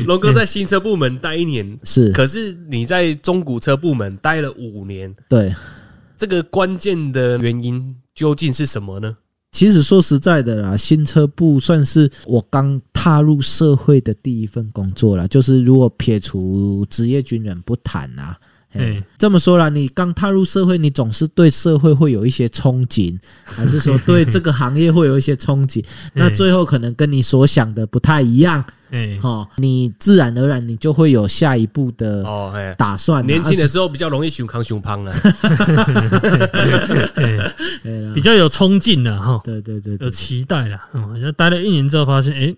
Speaker 3: 龙哥在新车部门待一年，
Speaker 5: 是
Speaker 3: 可是你在中古车部门待了五年，
Speaker 5: 对，
Speaker 3: 这个关键的原因究竟是什么呢？
Speaker 5: 其实说实在的啦，新车部算是我刚踏入社会的第一份工作啦。就是如果撇除职业军人不谈啊，
Speaker 2: 哎
Speaker 5: 哎，这么说啦，你刚踏入社会，你总是对社会会有一些憧
Speaker 3: [laughs]
Speaker 5: 憬，还是说对这个行业会有一些憧憬？那最后可能跟你所想的不太一样， [laughs]
Speaker 2: 哎，
Speaker 5: 哈、你自然而然你就会有下一步的
Speaker 3: 哦，哎，
Speaker 5: 打算啊。
Speaker 3: 年轻的
Speaker 5: 啊
Speaker 3: 时候比较容易熊扛熊胖了，
Speaker 2: 哎
Speaker 5: 对啦
Speaker 2: 比较有冲劲了哈，
Speaker 5: 对对对
Speaker 2: 有
Speaker 5: 对，
Speaker 2: 期待了。嗯，好像待了一年之后发现，哎，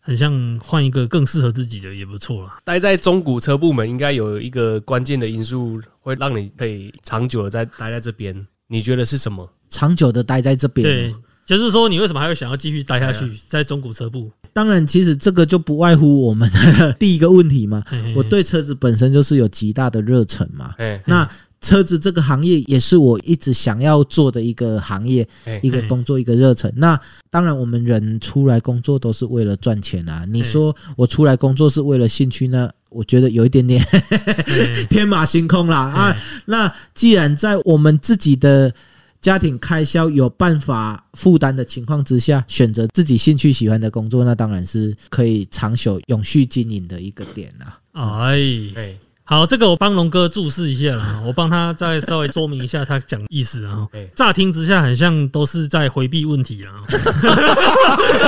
Speaker 2: 很像换一个更适合自己的也不错了。
Speaker 3: 待在中古车部门应该有一个关键的因素会让你可以长久的在待在这边，你觉得是什么？
Speaker 5: 长久的待在这边，啊
Speaker 2: 对，就是说你为什么还会想要继续待下去，在中古车部？
Speaker 5: 当然，其实这个就不外乎我们的 [laughs] 第一个问题嘛
Speaker 2: 嘿嘿嘿。
Speaker 5: 我对车子本身就是有极大的热忱嘛。
Speaker 3: 哎，
Speaker 5: 那车子这个行业也是我一直想要做的一个行业
Speaker 3: 嘿，
Speaker 5: 一个工作，一个热忱。那当然，我们人出来工作都是为了赚钱啊。你说我出来工作是为了兴趣呢？我觉得有一点点 [laughs] 天马行空啦啊！那既然在我们自己的家庭开销有办法负担的情况之下，选择自己兴趣喜欢的工作，那当然是可以长久、永续经营的一个点啊啦、
Speaker 2: 哎，
Speaker 3: 哎，
Speaker 2: 好，这个我帮龙哥注释一下
Speaker 5: [laughs]
Speaker 2: 啦，我帮他再稍微说明一下他讲的意思啊
Speaker 3: 哎。
Speaker 2: 乍听之下，很像都是在回避问题啊。 [laughs]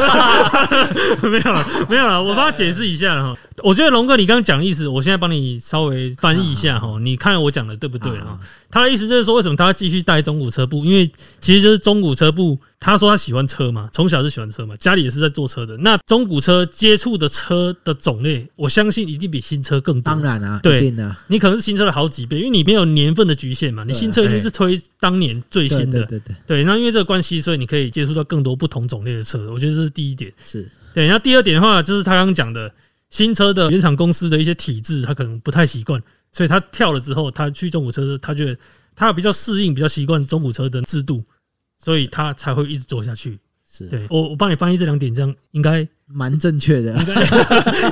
Speaker 2: 没有了，没有了，我帮他解释一下啦哈。我觉得龙哥你刚刚讲的意思，我现在帮你稍微翻译一下
Speaker 5: 啊
Speaker 2: 哈，你看我讲的对不对哈？他的意思就是说，为什么他要继续带中古车部？因为其实就是中古车部，他说他喜欢车嘛，从小就喜欢车嘛，家里也是在做车的。那中古车接触的车的种类，我相信一定比新车更多。
Speaker 5: 当然啊，
Speaker 2: 对
Speaker 5: 一定的、
Speaker 2: 你可能是新车的好几倍，因为你没有年份的局限嘛，你
Speaker 5: 对
Speaker 2: 新车一定是推当年最
Speaker 5: 对
Speaker 2: 新
Speaker 5: 对
Speaker 2: 的。
Speaker 5: 对对，
Speaker 2: 对，那因为这个关系，所以你可以接触到更多不同种类的车，我觉得这是第一点。
Speaker 5: 是
Speaker 2: 对，然后第二点的话，就是他刚刚讲的新车的原厂公司的一些体制，他可能不太习惯，所以他跳了之后，他去中古车，他觉得他比较适应，比较习惯中古车的制度，所以他才会一直做下去。
Speaker 5: 是，
Speaker 2: 对我，我帮你翻译这两点，这样应该
Speaker 5: 蛮正确的。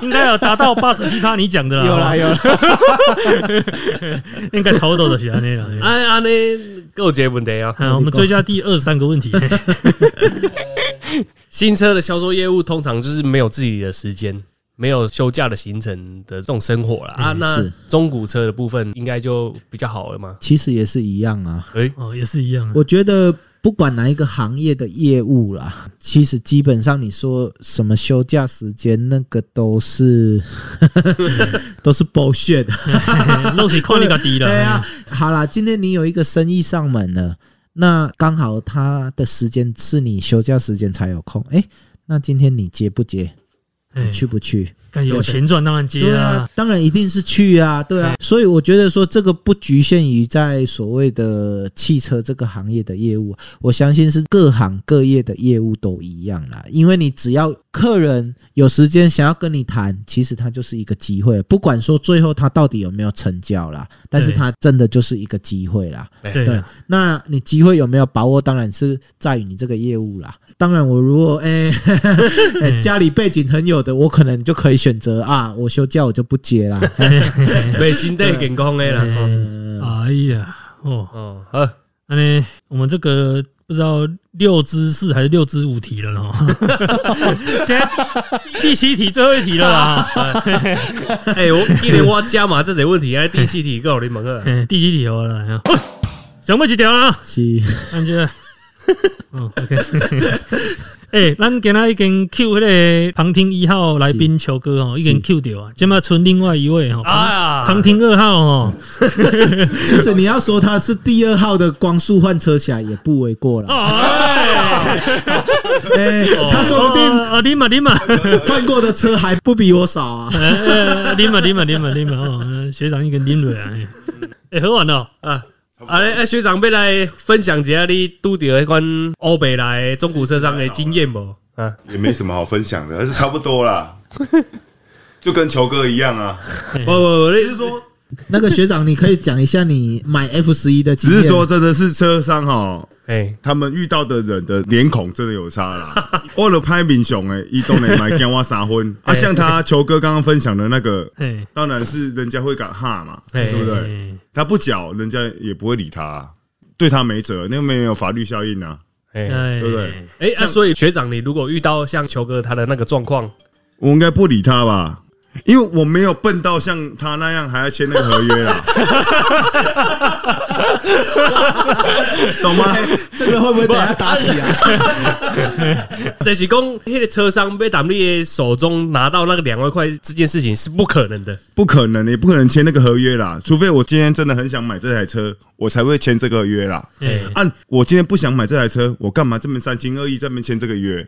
Speaker 2: 应该有达到八十七趴你讲的啦，
Speaker 4: 哦
Speaker 2: 哦
Speaker 5: 有啦有啦，
Speaker 2: 应该差不多的是安尼啦。
Speaker 5: [laughs]
Speaker 2: 嘿
Speaker 3: 啊安安呢，够结问题啊！
Speaker 2: 好，我们追加第二十三个问题。嘿
Speaker 3: 新车的销售业务通常就是没有自己的时间，没有休假的行程的这种生活了啊。
Speaker 5: 嗯
Speaker 3: 那
Speaker 5: 是
Speaker 3: 中古车的部分应该就比较好了嘛？
Speaker 5: [laughs] 其实也是一样啊。
Speaker 3: 哎，
Speaker 2: 哦，也是一样啊。
Speaker 5: 我觉得不管哪一个行业的业务啦，其实基本上你说什么休假时间，那个
Speaker 2: [laughs]
Speaker 5: 都是都是 bullshit 的。
Speaker 2: 啊 [laughs] 弄起快那个低了。
Speaker 5: 对啊，好啦，今天你有一个生意上门了，那刚好他的时间是你休假时间才有空。哎、那今天你接不接？
Speaker 2: 哎，
Speaker 5: 你去不去？
Speaker 2: 干有钱赚当然接
Speaker 5: 对
Speaker 2: 啊哎
Speaker 5: 啊。，当然一定是去啊，对啊。所以我觉得说这个不局限于在所谓的汽车这个行业的业务，啊我相信是各行各业的业务都一样啦。因为你只要客人有时间想要跟你谈，其实它就是一个机会，不管说最后他到底有没有成交啦，但是
Speaker 2: 对
Speaker 5: 它真的就是一个机会啦。
Speaker 2: 对
Speaker 5: 对
Speaker 2: 啊，，
Speaker 5: 那你机会有没有把握？当然是在于你这个业务啦。当然，我如果哎、哎家里背景很有的，我可能就可以选择啊，我休假我就不接啦。
Speaker 3: 每心带健康的
Speaker 5: [laughs]
Speaker 3: 啦。哦
Speaker 5: 嗯
Speaker 2: 哎呀，哦，
Speaker 3: 哦，好，
Speaker 2: 那呢，我们这个不知道六之四还是六之五题了 [laughs] 呢？现在第七题最后一题了啦。
Speaker 3: 哎，我一年我加码这些问题，哎，第七题够你问
Speaker 5: [laughs]
Speaker 3: 个。
Speaker 2: 哎，第七题好了啦，哦想不起条了啊，
Speaker 5: 是，
Speaker 2: 感觉。哦，OK。哎，咱今仔已经 Q 迄个旁听一号来宾球哥哦，已经 Q 掉啊，今麦剩另外一位哦，
Speaker 5: 哎
Speaker 2: 旁
Speaker 3: 啊
Speaker 2: 旁听二号哦。
Speaker 5: 其实你要说他是第二号的光速换车侠也不为过
Speaker 2: 哦
Speaker 5: 了。
Speaker 2: 哎，
Speaker 5: 哎、他说不定
Speaker 2: 啊，你嘛你 [laughs] 嘛。
Speaker 5: 换过的车还不比我少啊。
Speaker 2: 哎 [laughs] 啉嘛啉嘛啉嘛啉嘛哦，学长一根啉落来，哎，好玩哦，
Speaker 3: 啊！啊！哎，学长要来分享一下你拄到迄款欧北来中古车商的经验无？啊，
Speaker 7: 也没什么好分享的， [laughs] 但是差不多啦，就跟球哥一样啊，
Speaker 3: 不不不，你
Speaker 7: 只是说，
Speaker 5: 那个学长，你可以讲一下你买 F 十一的经
Speaker 7: 只
Speaker 5: 验。
Speaker 7: 是说，真的是车商哈，
Speaker 3: 哎，
Speaker 7: 他们遇到的人的脸孔真的有差啦。为了拍民雄哎，一东人买跟我撒婚啊，像他球哥刚刚分享的那个，
Speaker 2: 哎，
Speaker 7: 当然是人家会敢哈嘛，
Speaker 3: 哎
Speaker 7: 对不对？
Speaker 2: 哎？
Speaker 7: 他不缴，人家也不会理他、啊对他没辙，那个没有法律效应啊。
Speaker 3: 哎
Speaker 2: 哎，
Speaker 7: 对不对？
Speaker 3: 哎啊！所以学长，你如果遇到像球哥他的那个状况，
Speaker 7: 我应该不理他吧，因为我没有笨到像他那样还要签那个合约
Speaker 5: [laughs]
Speaker 7: 啦，懂吗？
Speaker 5: 这个会不会等下打起来？
Speaker 3: [laughs] 就是讲迄个车商被打你的手中拿到那个两万块这件事情是不可能的。
Speaker 7: 不可能，也不可能签那个合约啦，除非我今天真的很想买这台车，我才会签这个约啦。
Speaker 2: 哎，
Speaker 7: 按、我今天不想买这台车，我干嘛这么三心二意这么签这个约？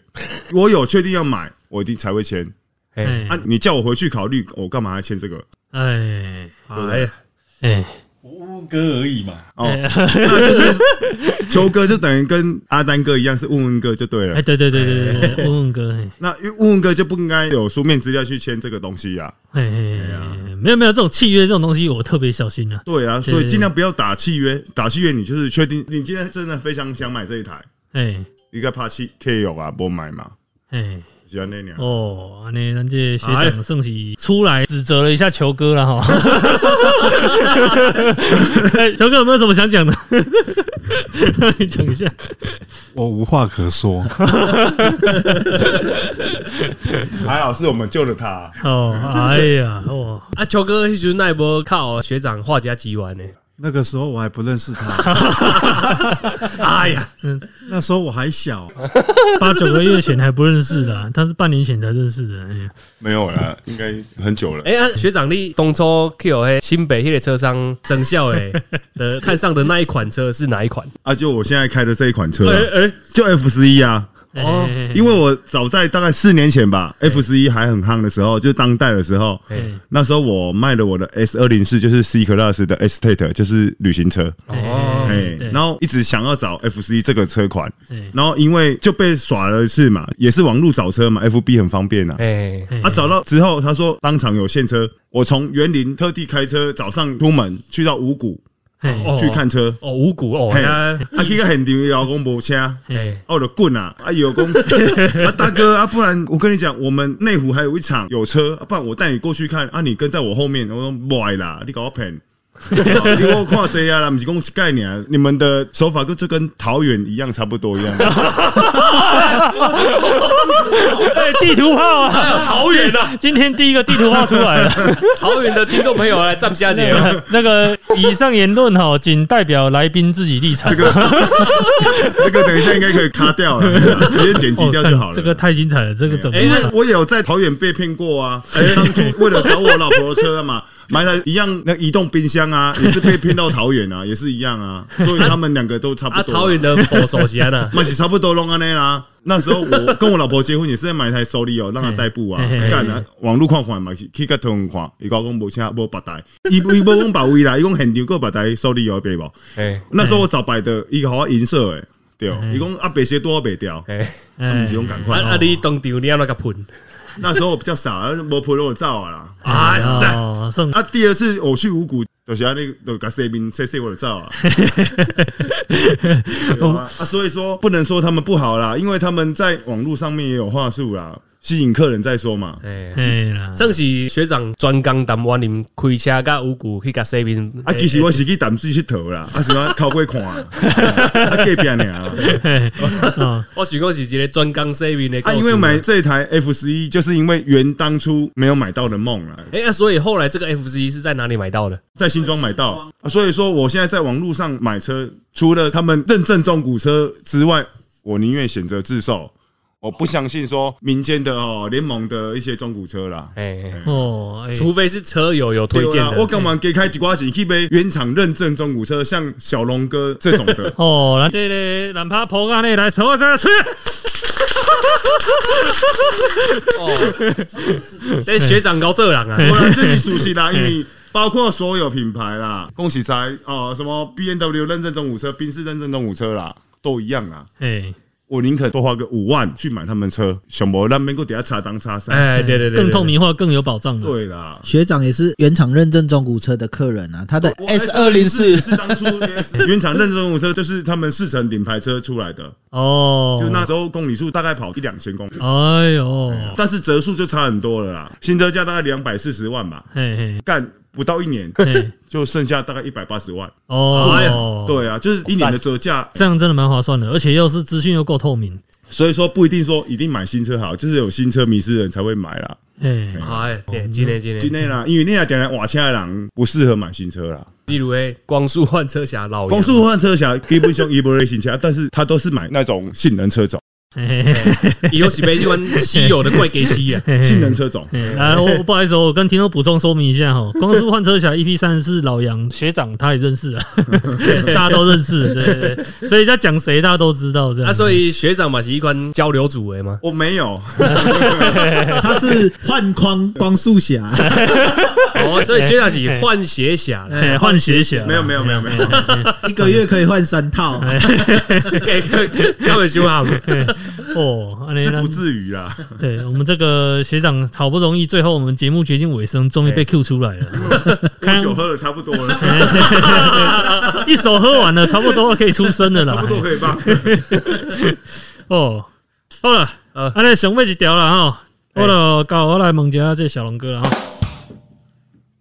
Speaker 7: 我有确定要买，我一定才会签。
Speaker 3: 哎
Speaker 7: 啊，你叫我回去考虑，我干嘛要签这个？
Speaker 2: 哎
Speaker 3: 哎，
Speaker 2: 哎，
Speaker 7: 乌哥而已嘛。哦，那就是球哥就等于跟阿丹哥一样是问问哥就对了
Speaker 2: 哎，。对对对对对对，问问哥，哎
Speaker 7: 那因为问问哥就不应该有书面资料去签这个东西啊呀、
Speaker 2: 哎哎，哎没有没有，这种契约这种东西我特别小心啊。
Speaker 7: 对啊，
Speaker 2: 对
Speaker 7: 所以尽量不要打契约，打契约你就是确定你今天真的非常想买这一台，
Speaker 2: 哎
Speaker 7: 应该怕契 K 有啊，不买嘛，
Speaker 2: 哎，
Speaker 7: 喜欢那样。
Speaker 2: 哦，安尼咱这学长算是出来指责了一下球哥了 [laughs] 哈。哎，球哥有没有什么想讲的？ [laughs] 你讲一下。
Speaker 8: 我无话可说。
Speaker 7: 还好是我们救了他、
Speaker 2: [laughs] 哦，哎呀，哦，
Speaker 3: 啊，球哥迄时那波靠学长画家几万呢？
Speaker 8: 那个时候我还不认识他，
Speaker 3: [laughs] 哎呀，
Speaker 8: 那时候我还小，
Speaker 2: 八九个月前还不认识的 [laughs] 啊、他是半年前才认识的。哎呀，
Speaker 7: 没有啦，应该很久了。
Speaker 3: 哎啊，学长你当初去有迄新北迄个车商增效
Speaker 7: [laughs]
Speaker 3: 诶的看上的那一款车是哪一款？
Speaker 7: 啊，就我现在开的这一款车啊、
Speaker 3: 哎哎，
Speaker 7: 就 F 十一啊，
Speaker 3: 哦
Speaker 2: 哎
Speaker 7: 因为我早在大概四年前吧，F 十一还很夯的时候，就当代的时候，那时候我卖了我的 S 二零四，就是 C Class 的 Estate，就是旅行车。
Speaker 3: 哦
Speaker 7: 哎，然后一直想要找 F 十一这个车款
Speaker 2: 对，
Speaker 7: 然后因为就被耍了一次嘛，也是网路找车嘛，FB 很方便啊。
Speaker 3: 哎
Speaker 2: 哎
Speaker 7: 啊，找到之后，他说当场有现车，我从园林特地开车，早上出门去到五股
Speaker 2: 哎
Speaker 3: 哦
Speaker 7: 去看车，
Speaker 3: 哦五股哦，
Speaker 7: 嘿，
Speaker 3: 那
Speaker 7: 啊，去个很牛，老公无车，啊，
Speaker 2: 哎
Speaker 7: 我就滚啊，啊，有公 [laughs] 啊，大哥啊，不然我跟你讲，我们内湖还有一场有车，啊不然我带你过去看啊，你跟在我后面，我说不爱啦，你搞我骗。你我看这啊啦，不是讲是概念，你们的手法就就跟桃园一样，差不多一样。
Speaker 2: 哎，地图炮啊，
Speaker 3: 桃园啊，
Speaker 2: 今 [laughs] 天第一个地图炮出来了。
Speaker 3: [laughs] 桃园的听众朋友来站下
Speaker 7: [laughs]
Speaker 3: 姐哦，
Speaker 2: 那个以上言论哈，仅代表来宾自己立场
Speaker 7: 这。个这个等一下应该可以卡
Speaker 2: [laughs]
Speaker 7: 掉了，直接剪辑掉就好
Speaker 2: 哦
Speaker 7: 了。
Speaker 2: 这个太精彩了，这个怎么
Speaker 7: 因为哎我有在桃园被骗过啊，当初为了找我老婆的车嘛， [laughs] 买了一样那移动冰箱啊，也是被骗到桃园啊，也 [laughs] 是一样啊，所以他们两个都差不
Speaker 3: 啊，
Speaker 7: 多。
Speaker 3: 桃园的保首席呢？
Speaker 7: 嘛是差不多弄安尼啦。那时
Speaker 3: [laughs]
Speaker 7: 候我跟我老婆结婚也是在买一台手里哦，让她代步啊
Speaker 2: 嘿嘿嘿，
Speaker 7: 干啊，网络看看嘛，去去甲桃园看，伊讲讲无车无白台，伊 [laughs] 伊无讲白位啦，伊讲现场个白台手里哦白无。
Speaker 3: 哎
Speaker 7: 那时候我找白的，伊互我银色诶，对，伊讲啊白鞋多卖掉，
Speaker 3: 哎，
Speaker 7: 毋
Speaker 2: 哎
Speaker 7: 是，讲赶
Speaker 3: 啊
Speaker 7: 快。哦
Speaker 3: 啊，你当场你要那个喷
Speaker 7: 那时候我比较傻，无陪我走啊啦。
Speaker 3: 啊塞，
Speaker 2: 哦，送
Speaker 7: 啊，第二次我去五谷，就是啊，那个就甲西边西西我的照啊。对啊，啊所以说不能说他们不好啦，因为他们在网络上面也有话术啦，吸引客人再说嘛。
Speaker 3: 哎。
Speaker 2: 哎啦，
Speaker 3: 算是学长专工谈湾林开车甲五谷去甲西哎边，
Speaker 7: 啊，其实我是去淡水佚佗啦，啊，是啊，靠过看，啊，隔壁尔。
Speaker 2: 哦
Speaker 3: 我想讲是一个专工西边的故
Speaker 7: 啊，
Speaker 3: 事。
Speaker 7: 因为买这台 F 十一，就是因为原当初没有买到的梦啦，
Speaker 3: 哎、啊所以后来这个 F C 是在哪里买到的？
Speaker 7: 在新庄买到，啊所以说我现在在网络上买车，除了他们认证中古车之外，我宁愿选择自售，我不相信说民间的哦联盟的一些中古车啦。
Speaker 3: 哎、哎
Speaker 2: 哦，哎，
Speaker 3: 除非是车友有推荐
Speaker 7: 对啦我
Speaker 3: 的。
Speaker 7: 干嘛给开几瓜钱去买原厂认证中古车，像小龙哥这种的
Speaker 3: [laughs]
Speaker 2: 哦，咱这个懒趴婆
Speaker 3: 啊
Speaker 2: 干内来陪我这吃，
Speaker 3: 哎、学长高 [laughs] 这人啊，
Speaker 7: 我来自己熟悉
Speaker 3: [laughs] 哎
Speaker 7: 啦，因为。包括所有品牌啦，恭喜才哦，什么 B N W 认证中古车、宾士认证中古车啦，都一样啊。
Speaker 2: 哎
Speaker 7: 我宁肯多花个五万去买他们车，想不让美国底下查当查三。
Speaker 3: 哎、对对对
Speaker 2: 更透
Speaker 3: 明。
Speaker 2: 明化更有保障了。
Speaker 7: 对啦，
Speaker 5: 学长也是原厂认证中古车的客人啊，他的 S 二零四
Speaker 7: 哦是当初 [laughs] 原厂认证中古车，就是他们四成顶牌车出来的，
Speaker 2: 哦，
Speaker 7: 就那时候公里数大概跑一两千公里，
Speaker 2: 哎呦，
Speaker 7: 但是折数就差很多了啦。新车价大概两百四十万吧，
Speaker 2: 嘿嘿
Speaker 7: [laughs] 干不到一年
Speaker 2: 嘿，
Speaker 7: 就剩下大概一百八十万。
Speaker 3: 哎呀
Speaker 2: 哦，，
Speaker 7: 对啊，就是一年的折价，
Speaker 2: 这样真的蛮划算的，而且又是资讯又够透明，
Speaker 7: 所以说不一定说一定买新车好，就是有新车迷失的人才会买啦。
Speaker 2: 哎，
Speaker 3: 哎、对，今天今
Speaker 7: 今
Speaker 3: 天，
Speaker 7: 天啦，因为你那点来瓦车的人不适合买新车啦。
Speaker 3: 例如诶，光速换车侠老
Speaker 7: 光
Speaker 3: 杨
Speaker 7: 速换车侠基本上一不类型车，但是他都是买那种性能车种，
Speaker 2: 嘿嘿嘿
Speaker 3: 以后是被一款稀有的怪给吸啊。
Speaker 2: 嘿
Speaker 7: 性能车种。
Speaker 2: 哎来，我我不好意思哦，我跟听众补充说明一下
Speaker 7: [laughs]
Speaker 2: 哈，光速换车侠 EP 三是老杨学长，他也认识啊， [laughs] 大家都认
Speaker 7: [laughs]
Speaker 2: 识，啊对对对，所以在讲谁大家都知道这样。
Speaker 3: 啊，所以学长嘛是一款交流组诶嘛，
Speaker 7: 我哦没有，
Speaker 5: 他是换框光速侠，
Speaker 3: 哦，所以学长是换鞋侠啦，
Speaker 2: 哎换鞋侠
Speaker 7: 啊没有，没有，没有，没有。
Speaker 5: [laughs] 一个月可以换三套。
Speaker 2: 哎
Speaker 3: [laughs] 他们修好，
Speaker 2: 哦，安尼
Speaker 7: 是
Speaker 2: 咱
Speaker 7: 不至于啦。
Speaker 2: 对我们这个学长好不容易，最后我们节目接近尾声，终于被 Q 出
Speaker 7: [laughs]
Speaker 2: 来了，
Speaker 7: 我酒喝的差不多哎了，
Speaker 2: 一手喝完了，差不多可以出声了啦。
Speaker 7: 差不多可以吧？
Speaker 2: 哦，好了，呃，安尼上尾一条啦吼，我就到我来问一下这小龙哥啦吼。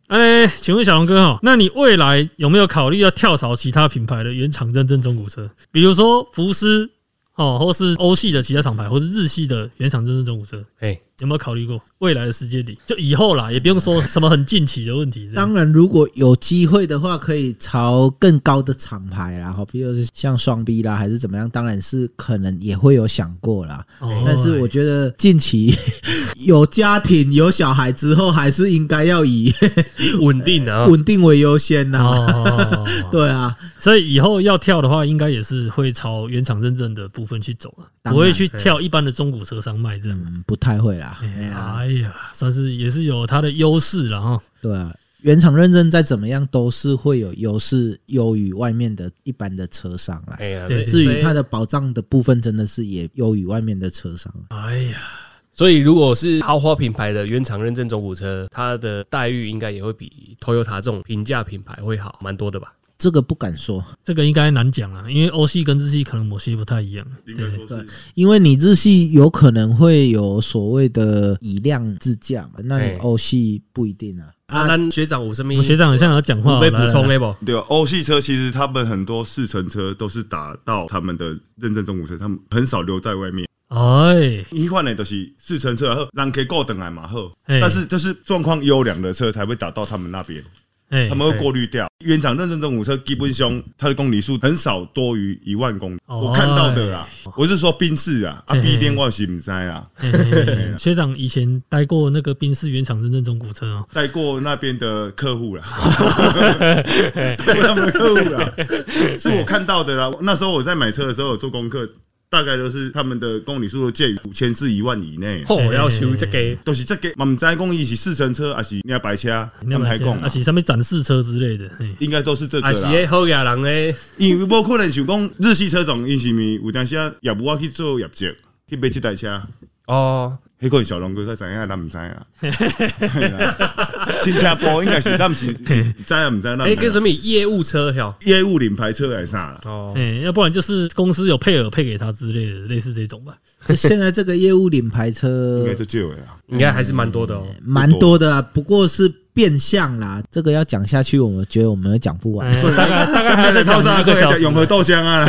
Speaker 2: 安尼，请问小龙哥哈，那你未来有没有考虑要跳槽其他品牌的原厂认证中古车，比如说福斯哦，或是欧系的其他厂牌，或是日系的原厂认证中古车？
Speaker 3: 哎，
Speaker 2: 有没有考虑过未来的世界里，就以后啦，也不用说什么很近期的问题这样。
Speaker 5: 当然，如果有机会的话，可以朝更高的厂牌啦，哈，比如是像双 B 啦，还是怎么样，当然是可能也会有想过啦。
Speaker 2: 哦
Speaker 5: 但是我觉得近期 [laughs] 有家庭有小孩之后，还是应该要以
Speaker 3: 稳定啊，
Speaker 5: 稳定哦为优先啦。
Speaker 2: 哦，
Speaker 5: [laughs] 对啊，
Speaker 2: 所以以后要跳的话，应该也是会朝原厂认证的部分去走了，
Speaker 5: 当然
Speaker 2: 不会去跳一般的中古车商卖这样。
Speaker 5: 嗯，不太会啦。哎呀，
Speaker 2: 哎呀，算是也是有它的优势了哈。
Speaker 5: 对啊，原厂认证再怎么样都是会有优势优于外面的一般的车商啦
Speaker 3: 哎。呀，
Speaker 2: 对
Speaker 5: 至于它
Speaker 3: 的，
Speaker 5: 的保障的部分，真的是也优于外面的车商。
Speaker 2: 哎呀，
Speaker 3: 所以如果是豪华品牌的原厂认证中古车，它的待遇应该也会比 Toyota 这种平价品牌会好蛮多的吧？
Speaker 5: 这个不敢说，
Speaker 2: 这个应该难讲啊，因为欧系跟日系可能某些不太一样。
Speaker 7: [laughs] 应该说是
Speaker 5: 因为你日系有可能会有所谓的以量制价嘛，那你
Speaker 3: 哎
Speaker 5: 欧系不一定啊。
Speaker 3: 啊，咱学长有什么
Speaker 2: 我学长好像要讲话，
Speaker 3: 有要补充
Speaker 2: 哎，
Speaker 3: 的不？
Speaker 7: 对啊，欧系车其实他们很多试乘车都是打到他们的认证中古车，他们很少留在外面。
Speaker 2: 哎，
Speaker 7: 一款呢就是试乘车后，让可以过等来嘛后，
Speaker 2: 嘿
Speaker 7: 但是就是状况优良的车才会打到他们那边，
Speaker 2: 哎，
Speaker 7: 他们会过滤掉。原厂认证中古车基本上它的公里数很少多于一万公里，
Speaker 2: 哦
Speaker 7: 我看到的啦。我是说宾士啊，啊
Speaker 2: 嘿嘿
Speaker 7: B 店我是唔知啊，
Speaker 2: 嘿嘿嘿嘿学长以前待过那个宾士原厂的那种古车哦，
Speaker 7: 带过那边的客户啦，带过他们的客户啦，是我看到的啦。那时候我在买车的时候有做功课，大概都是他们的公里数都介于五千至一万以内。
Speaker 3: 哦，要求这个
Speaker 7: 都是这个，嘛唔知讲伊是四乘车还是两白车，他们还讲嘛
Speaker 2: 而，且上面展示车之类的，嘿
Speaker 7: 应该都是这个
Speaker 3: 啊是
Speaker 7: 啦。
Speaker 3: 诶好亚人诶，
Speaker 7: 因为无可能想讲日系车种，因是咪有当时啊业务啊去做业绩，去买这台车，
Speaker 3: 哦，
Speaker 7: 迄个小龙哥才知影，咱唔知 [laughs] 啊。嘿啦新加坡应该是咱毋是知啊，唔知咱
Speaker 3: 诶，
Speaker 7: 毋
Speaker 3: 跟
Speaker 7: 知
Speaker 3: 什
Speaker 7: 啊。
Speaker 3: 么业务车哟？
Speaker 7: 业务领牌车还是啊啥啦？
Speaker 3: 哦，
Speaker 2: 哎，要不然就是公司有配额配给他之类的，类似这种吧。
Speaker 5: 这现在这个业务领牌
Speaker 7: 应
Speaker 2: 呃
Speaker 5: 车
Speaker 7: 该就借位
Speaker 2: [laughs]
Speaker 7: 啊。
Speaker 3: 应该还是蛮多的哦。
Speaker 5: 蛮多的、啊，不过是变相啦。这个要讲下去，我们觉得我们讲不完。
Speaker 2: 哎大概大概还要再讲
Speaker 7: 套
Speaker 2: 一
Speaker 7: 上
Speaker 2: 个小时
Speaker 7: 永和豆浆
Speaker 2: [laughs]
Speaker 7: 啊！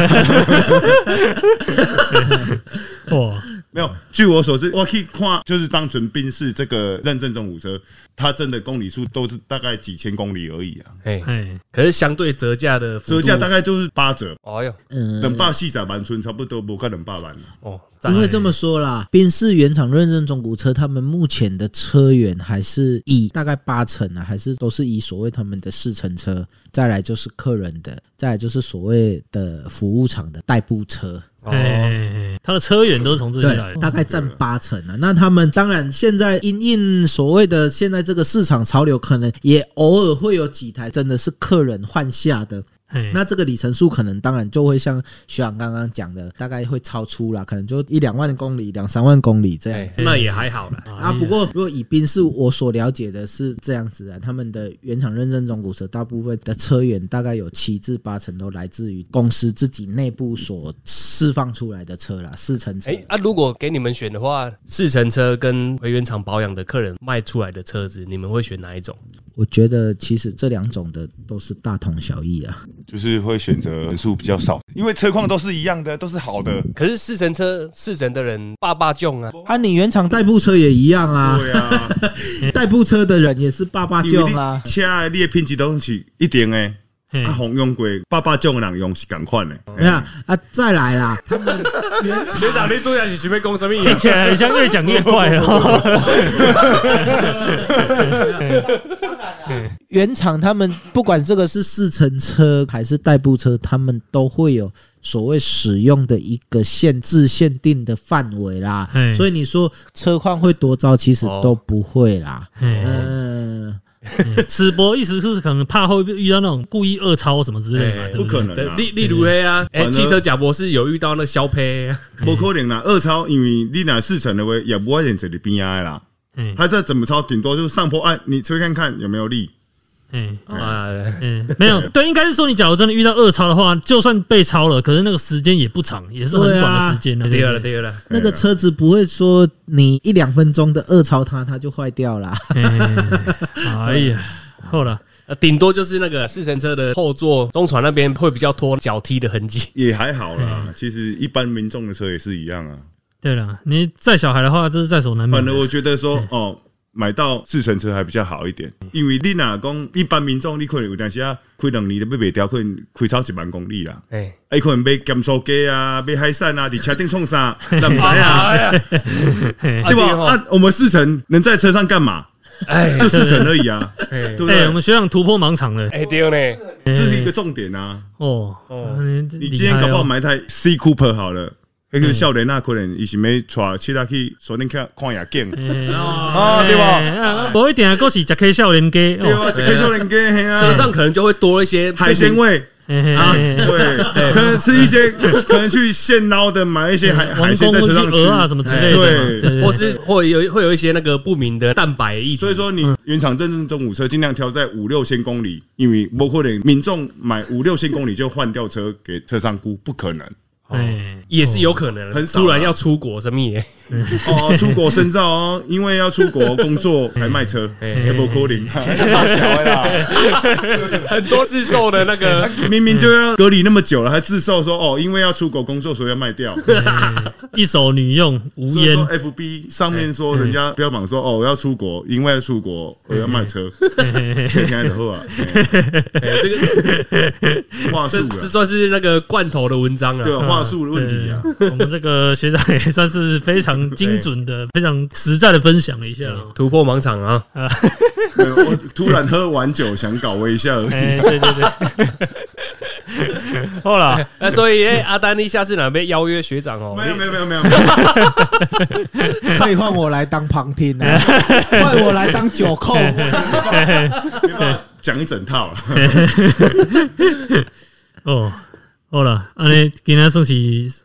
Speaker 2: 哦，
Speaker 7: 没有，据我所知，我可以看就是单纯宾士这个认证中古车，它真的公里数都是大概几千公里而已啊。
Speaker 3: 哎，
Speaker 2: 哎，
Speaker 3: 可是相对折价的幅
Speaker 7: 折
Speaker 3: 度
Speaker 7: 价大，概就是八折，
Speaker 3: 哎呦，
Speaker 5: 嗯，
Speaker 7: 两百四十万村差不多不够两百万。
Speaker 3: 哦，
Speaker 5: 因为这么说啦，宾士原厂认证中古车，他们目前的车源还是以大概八成啊，还是都是以所谓他们的试乘车，再来就是客人的，再来就是所谓的服务厂的代步车，
Speaker 3: 哦，
Speaker 2: 哎，他的车源都是从这里
Speaker 5: 对
Speaker 2: 来，的。
Speaker 5: 大概占八成啊。那他们当然现在因应所谓的现在这个市场潮流，可能也偶尔会有几台真的是客人换下的，
Speaker 2: 哎
Speaker 5: 那这个里程数可能当然就会像学长刚刚讲的，大概会超出啦，可能就一两万公里、两三万公里这样
Speaker 3: 哎。，那也还好啦。
Speaker 5: 啊，
Speaker 7: 哎
Speaker 5: 不过如果以宾士，我所了解的是这样子啊，他们的原厂认证中古车，大部分的车源大概有七至八成都来自于公司自己内部所释放出来的车啦，试乘车。
Speaker 3: 哎啊，如果给你们选的话，试乘车跟回原厂保养的客人卖出来的车子，你们会选哪一种？
Speaker 5: 我觉得其实这两种的都是大同小异啊。
Speaker 7: 就是会选择人数比较少，因为车况都是一样的，都是好的。
Speaker 3: 可是试乘车试乘的人爸爸囧啊，
Speaker 5: 啊，你原厂代步车也一样啊，
Speaker 7: 对啊，
Speaker 5: 代步车的人也是爸爸
Speaker 7: 因为
Speaker 5: 囧啊
Speaker 7: [laughs] 你。车的你的品质都是一定的，
Speaker 2: 嘿
Speaker 7: 啊，红用过爸爸种的人用是共款的。
Speaker 5: 没有啊，再来啦，
Speaker 3: 学长你都要去准备攻什么？
Speaker 2: 听起来很像越讲越快哦。
Speaker 5: 原厂他们不管这个是试乘车还是代步车，他们都会有所谓使用的一个限制限定的范围啦
Speaker 2: 嘿。
Speaker 5: 所以你说车况会多糟，其实都不会啦。
Speaker 2: 嘿
Speaker 5: 嗯，
Speaker 2: 吃播意思是可能怕会遇到那种故意恶超什么之类的嘛，
Speaker 3: 哎
Speaker 2: 对
Speaker 7: 不
Speaker 2: 对
Speaker 7: 可能啊，
Speaker 3: 例例如黑啊，哎，
Speaker 7: 反而
Speaker 3: 汽车贾博士有遇到那肖佩啊，
Speaker 7: 不可能啦。二超因为你若四成的话，也不会选择你边的啦
Speaker 2: 嗯。
Speaker 7: 他这怎么超，顶多就是上坡按，你吹看看有没有力。
Speaker 2: 嗯
Speaker 3: 啊，
Speaker 2: 嗯，没有 [laughs] 对，应该是说你假如真的遇到恶超的话，就算被超了，可是那个时间也不长，也是很短的时间了。
Speaker 7: 啊
Speaker 3: 对了对啊了，
Speaker 5: 那个车子不会说你一两分钟的二超它，它就坏掉啦。
Speaker 7: 啊
Speaker 2: 哎呀，好了，
Speaker 3: 呃顶多就是那个四乘车的后座中船那边会比较拖脚踢的痕迹。
Speaker 7: 也还好啦，其实一般民众的车也是一样啊。
Speaker 2: 对了，你载小孩的话，这是在所
Speaker 5: 嗯
Speaker 2: 难免
Speaker 7: 反
Speaker 2: 的
Speaker 7: 正。我觉得说，哦，买到四乘车还比较好一点，
Speaker 5: 嗯
Speaker 7: 因为你若讲一般民众，你可能有当时啊，开两年都要卖掉，可能开超一万公里啦。
Speaker 3: 哎，
Speaker 7: 哎，可能买咸酥鸡啊，买海产啊，伫车顶
Speaker 5: [laughs]
Speaker 7: 创啥，咱不知
Speaker 3: 哎
Speaker 7: 啊，
Speaker 3: [laughs]
Speaker 7: 对吧？
Speaker 3: 哦
Speaker 7: 啊，我们四乘能在车上干嘛？
Speaker 3: 哎
Speaker 7: 就四乘而已啊，
Speaker 3: 哎
Speaker 7: 对不
Speaker 2: [laughs] 哎，我
Speaker 7: 对？
Speaker 2: 们学长突破盲场了
Speaker 3: 哎对呢，
Speaker 7: 这是一个重点啊！
Speaker 2: 哦。
Speaker 7: 你
Speaker 2: 你
Speaker 7: 今天搞不好
Speaker 2: 哦
Speaker 7: 买一台 C Cooper 好了，那
Speaker 2: 嗯
Speaker 7: 个少年啊，可能伊是没带其他去锁定看看夜景，
Speaker 3: 哦
Speaker 2: 啊，对吧？我一点够是食 K 少年家，哦
Speaker 7: 对啊，这个少年家嘿啊，
Speaker 3: 车上可能就会多一些
Speaker 7: 海鲜味。啊，
Speaker 2: 啊，
Speaker 7: 对，可能吃一些，可能去现捞的，买一些海海
Speaker 2: 哎王
Speaker 7: 鲜
Speaker 2: 宫
Speaker 7: 在车上
Speaker 2: 鹅啊
Speaker 7: 吃。
Speaker 2: 什么之类的嘛，对
Speaker 3: 或是或有会有一些那个不明的蛋白液体，
Speaker 7: 所以说，你原厂认证中古车尽量挑在五六千公里，因为不可能民众买五六千公里就换掉车给车上估，不可能。
Speaker 2: 哎，
Speaker 3: 也是有可能，
Speaker 7: 很少啊 [laughs]
Speaker 3: 突然要出国什么也，
Speaker 7: 哦，出国深造哦，因为要出国工作还卖车，Apple Calling，太小了啦，
Speaker 3: 很多自售的那个，
Speaker 7: 啊明明就要隔离那么久了，还自售说哦，因为要出国工作，所以要卖掉。
Speaker 2: 一手女用无
Speaker 7: 所以
Speaker 2: 烟
Speaker 7: 说，FB 上面说人家标榜说哦，我要出国，因为要出国我要卖车，现在的话，嘿
Speaker 3: [laughs] 哎这个
Speaker 7: [laughs] 话术
Speaker 3: 这
Speaker 7: 啊
Speaker 3: 这， [laughs] 算是那个罐头的文章
Speaker 7: 对啊
Speaker 3: 啊。
Speaker 7: 话术的问题啊。
Speaker 2: 我们这个学长也算是非常精准的、非常实在的分享了一下哦。
Speaker 3: 突破盲场
Speaker 7: [laughs]
Speaker 3: 啊！
Speaker 7: 对我突然喝完酒想搞我一下而已，
Speaker 2: 哎，对对 [laughs] 对，好啦，
Speaker 3: 那所以，哎，阿丹尼下次哪被邀约学长哦？
Speaker 7: 没有没有没有没有，没有
Speaker 5: 可以换我来当旁听啊，换我来当九控。哎
Speaker 7: 没办法讲一整套了。
Speaker 2: 哦，好啦，安尼今天算是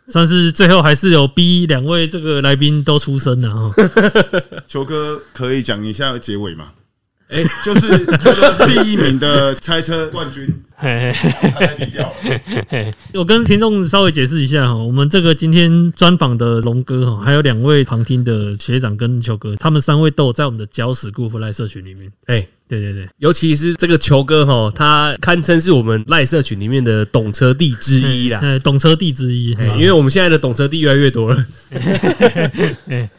Speaker 2: 算是最后还是有逼两位这个来宾都出声了哦哈。
Speaker 7: 球哥可以讲一下结尾吗？哎、就是这个第一名的猜车冠军，
Speaker 2: 嘿
Speaker 7: [laughs]
Speaker 2: 嘿
Speaker 7: 他被低调了。
Speaker 2: 我跟听众稍微解释一下哈，哦我们这个今天专访的龙哥哦哈，还有两位旁听的学长跟球哥，他们三位都有在我们的搅屎顾不赖社群里面。
Speaker 3: 哎，
Speaker 2: 对对对，
Speaker 3: 尤其是这个球哥哈，他堪称是我们赖社群里面的懂车帝之一
Speaker 7: [laughs]
Speaker 3: 啦。
Speaker 2: 呃，懂车帝之一，
Speaker 3: 啊哎因为我们现在的懂车帝越来越多了。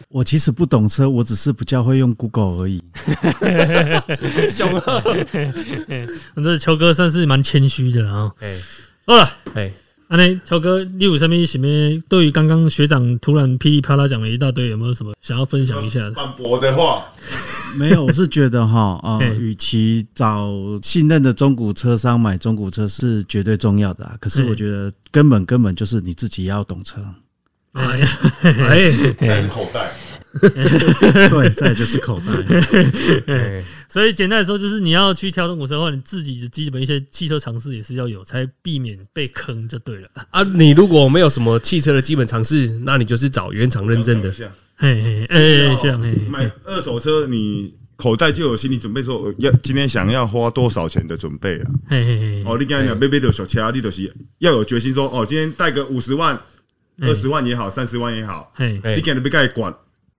Speaker 4: 我其实不懂车，我只是比较会用 Google 而已。
Speaker 3: 熊二，
Speaker 2: 我这球哥算是蛮谦虚的啊。
Speaker 3: [laughs] 哎
Speaker 2: 好了，
Speaker 3: 哎，
Speaker 2: 安内球哥，你有什么什么对于刚刚学长突然噼里啪啦讲了一大堆，有没有什么想要分享一下的？
Speaker 7: 反驳的话，
Speaker 4: 没有，我是觉得 [laughs] 哈，呃，
Speaker 2: 嗯
Speaker 4: 与其找信任的中古车商买中古车是绝对重要的啊，可是
Speaker 2: 嗯
Speaker 4: 我觉得根本根本就是你自己要懂车。
Speaker 2: 哎
Speaker 3: 哎，
Speaker 7: 在你口袋。
Speaker 4: [laughs] 对，再来就是口袋。
Speaker 2: 所以简单来说，就是你要去挑中古车的话，你自己的基本一些汽车常识也是要有，才避免被坑就对了。
Speaker 3: 啊，你如果没有什么汽车的基本常识，那你就是找原厂认证的
Speaker 7: 讲一。下
Speaker 2: 嘿嘿，哎，这样嘿，
Speaker 7: 买二手车，你口袋就有心理准备，说我要今天想要花多少钱的准备啊。
Speaker 2: 嘿嘿嘿，
Speaker 7: 哦，你刚才讲贝贝的小车，你就是要有决心说，哦，今天带个五十万、二十万也好，三十万也好，
Speaker 2: 嘿，
Speaker 3: 哎
Speaker 7: 你给你被盖管，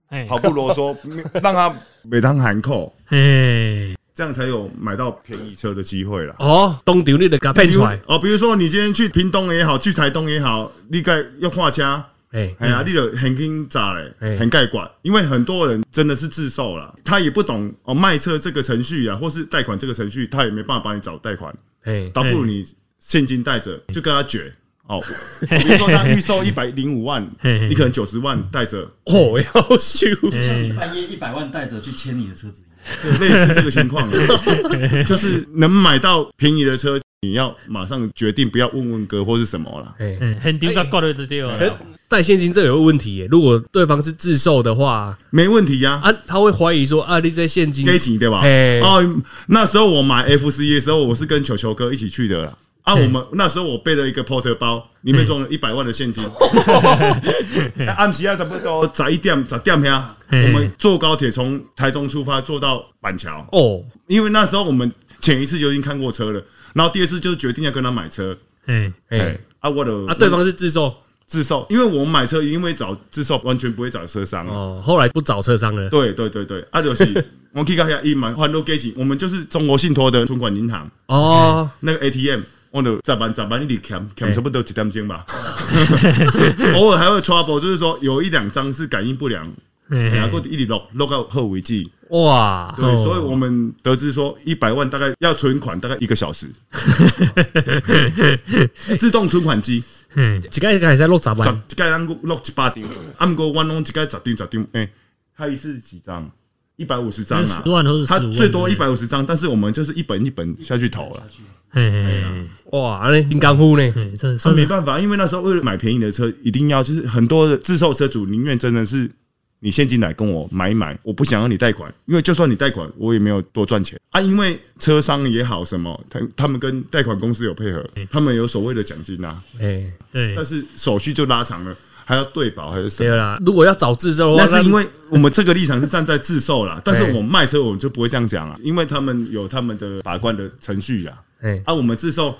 Speaker 2: 嘿，
Speaker 7: 毫不啰嗦，让他每当含扣，
Speaker 2: 嘿，
Speaker 7: 这样才有买到便宜车的机会啦。
Speaker 3: 哦，东丢你的嘎变出来，
Speaker 7: 哦，比如说你今天去屏东也好，去台东也好，你该要跨车，
Speaker 3: 哎
Speaker 7: 哎呀，你得很紧咋
Speaker 3: 哎
Speaker 7: 嘞，很盖管，因为很多人真的是自售啦，他也不懂哦卖车这个程序啊，或是贷款这个程序，他也没办法帮你找贷款，
Speaker 3: 哎
Speaker 7: 倒不如你现金带着就跟他决哦。比如说他预售一百零五万，
Speaker 2: 嘿嘿
Speaker 7: 你可能九十万带着，
Speaker 3: [laughs] 哦，要修，
Speaker 7: 嗯
Speaker 4: 像你半夜一百万带着去签你的车子一样。
Speaker 7: 类似这个情况啊，
Speaker 3: [laughs]
Speaker 7: 就是能买到便宜的车，你要马上决定，不要问问哥或是什么啦。
Speaker 3: 哎，
Speaker 2: 嗯，很丢个挂的对了。
Speaker 3: 带现金这有个问题耶，如果对方是自售的话，
Speaker 7: 没问题呀、
Speaker 3: 啊，他会怀疑说啊，你这现金，
Speaker 7: 给钱对吧？
Speaker 3: 嘿
Speaker 7: 哦，那时候我买 F 十一的时候，我是跟球球哥一起去的啦。啊，我们那时候我背了一个 porter 包，里面装了一百万的
Speaker 3: [laughs]
Speaker 7: 现金。啊暗时啊，差不多十一点、十点遐，
Speaker 2: 嘿
Speaker 7: 我们坐高铁从台中出发，坐到板桥。
Speaker 3: 哦，
Speaker 7: 因为那时候我们前一次就已经看过车了，然后第二次就是决定要跟他买车。
Speaker 2: 哎，
Speaker 3: 哎
Speaker 7: 哎，，啊，我的
Speaker 3: 啊，对方是自售
Speaker 7: 自售，因为我们买车因为找自售，完全不会找车商啊。
Speaker 3: 哦，后来不找车商了，
Speaker 7: 对对对对，啊就是我去到遐伊嘛还都给钱，我们就是中国信托的存款银行
Speaker 3: 哦，
Speaker 7: 那个 ATM。我的咋办咋办？你砍砍差不多几点钟吧？偶尔还会 trouble，就是说有一两张是感应不良，然
Speaker 2: 哎，
Speaker 7: 后一直落落到后尾记。
Speaker 3: 哇，哦
Speaker 7: 对，所以我们得知说一百万大概要存款大概一个小时，自动存款机，
Speaker 3: 几个还在落咋
Speaker 7: 十
Speaker 3: 办？
Speaker 7: 一盖咱落一百张，啊毋过我拢一盖十张十张，诶，他一次几张？一百五十张啊，
Speaker 2: 10万或是
Speaker 7: 他
Speaker 2: 15万
Speaker 7: 最多
Speaker 2: 对
Speaker 7: 一
Speaker 2: 不对
Speaker 7: 百五十张，但是我们就是一本一本下去投了，
Speaker 2: 嘿嘿，
Speaker 3: 哇，那林刚夫呢？
Speaker 2: 嘿，这
Speaker 7: 那
Speaker 2: 算
Speaker 7: 没
Speaker 2: 是
Speaker 7: 办法，因为那时候为了买便宜的车，一定要就是很多的自售车主宁愿真的是你现金来跟我买一买，我不想要你贷款，因为就算你贷款，我也没有多赚钱啊，因为车商也好什么，他他们跟贷款公司有配合，他们有所谓的奖金啊，
Speaker 3: 哎，
Speaker 2: 对
Speaker 7: 但是手续就拉长了，还要对保还是什么
Speaker 3: 对。啦，如果要找自售的
Speaker 7: 哦那
Speaker 3: 话，
Speaker 7: 是因为我们这个立场是站在自售 [laughs] 啦，但是我卖车我们就不会这样讲啊，因为他们有他们的把关的程序啊。
Speaker 3: 哎，
Speaker 7: 啊，我们自售，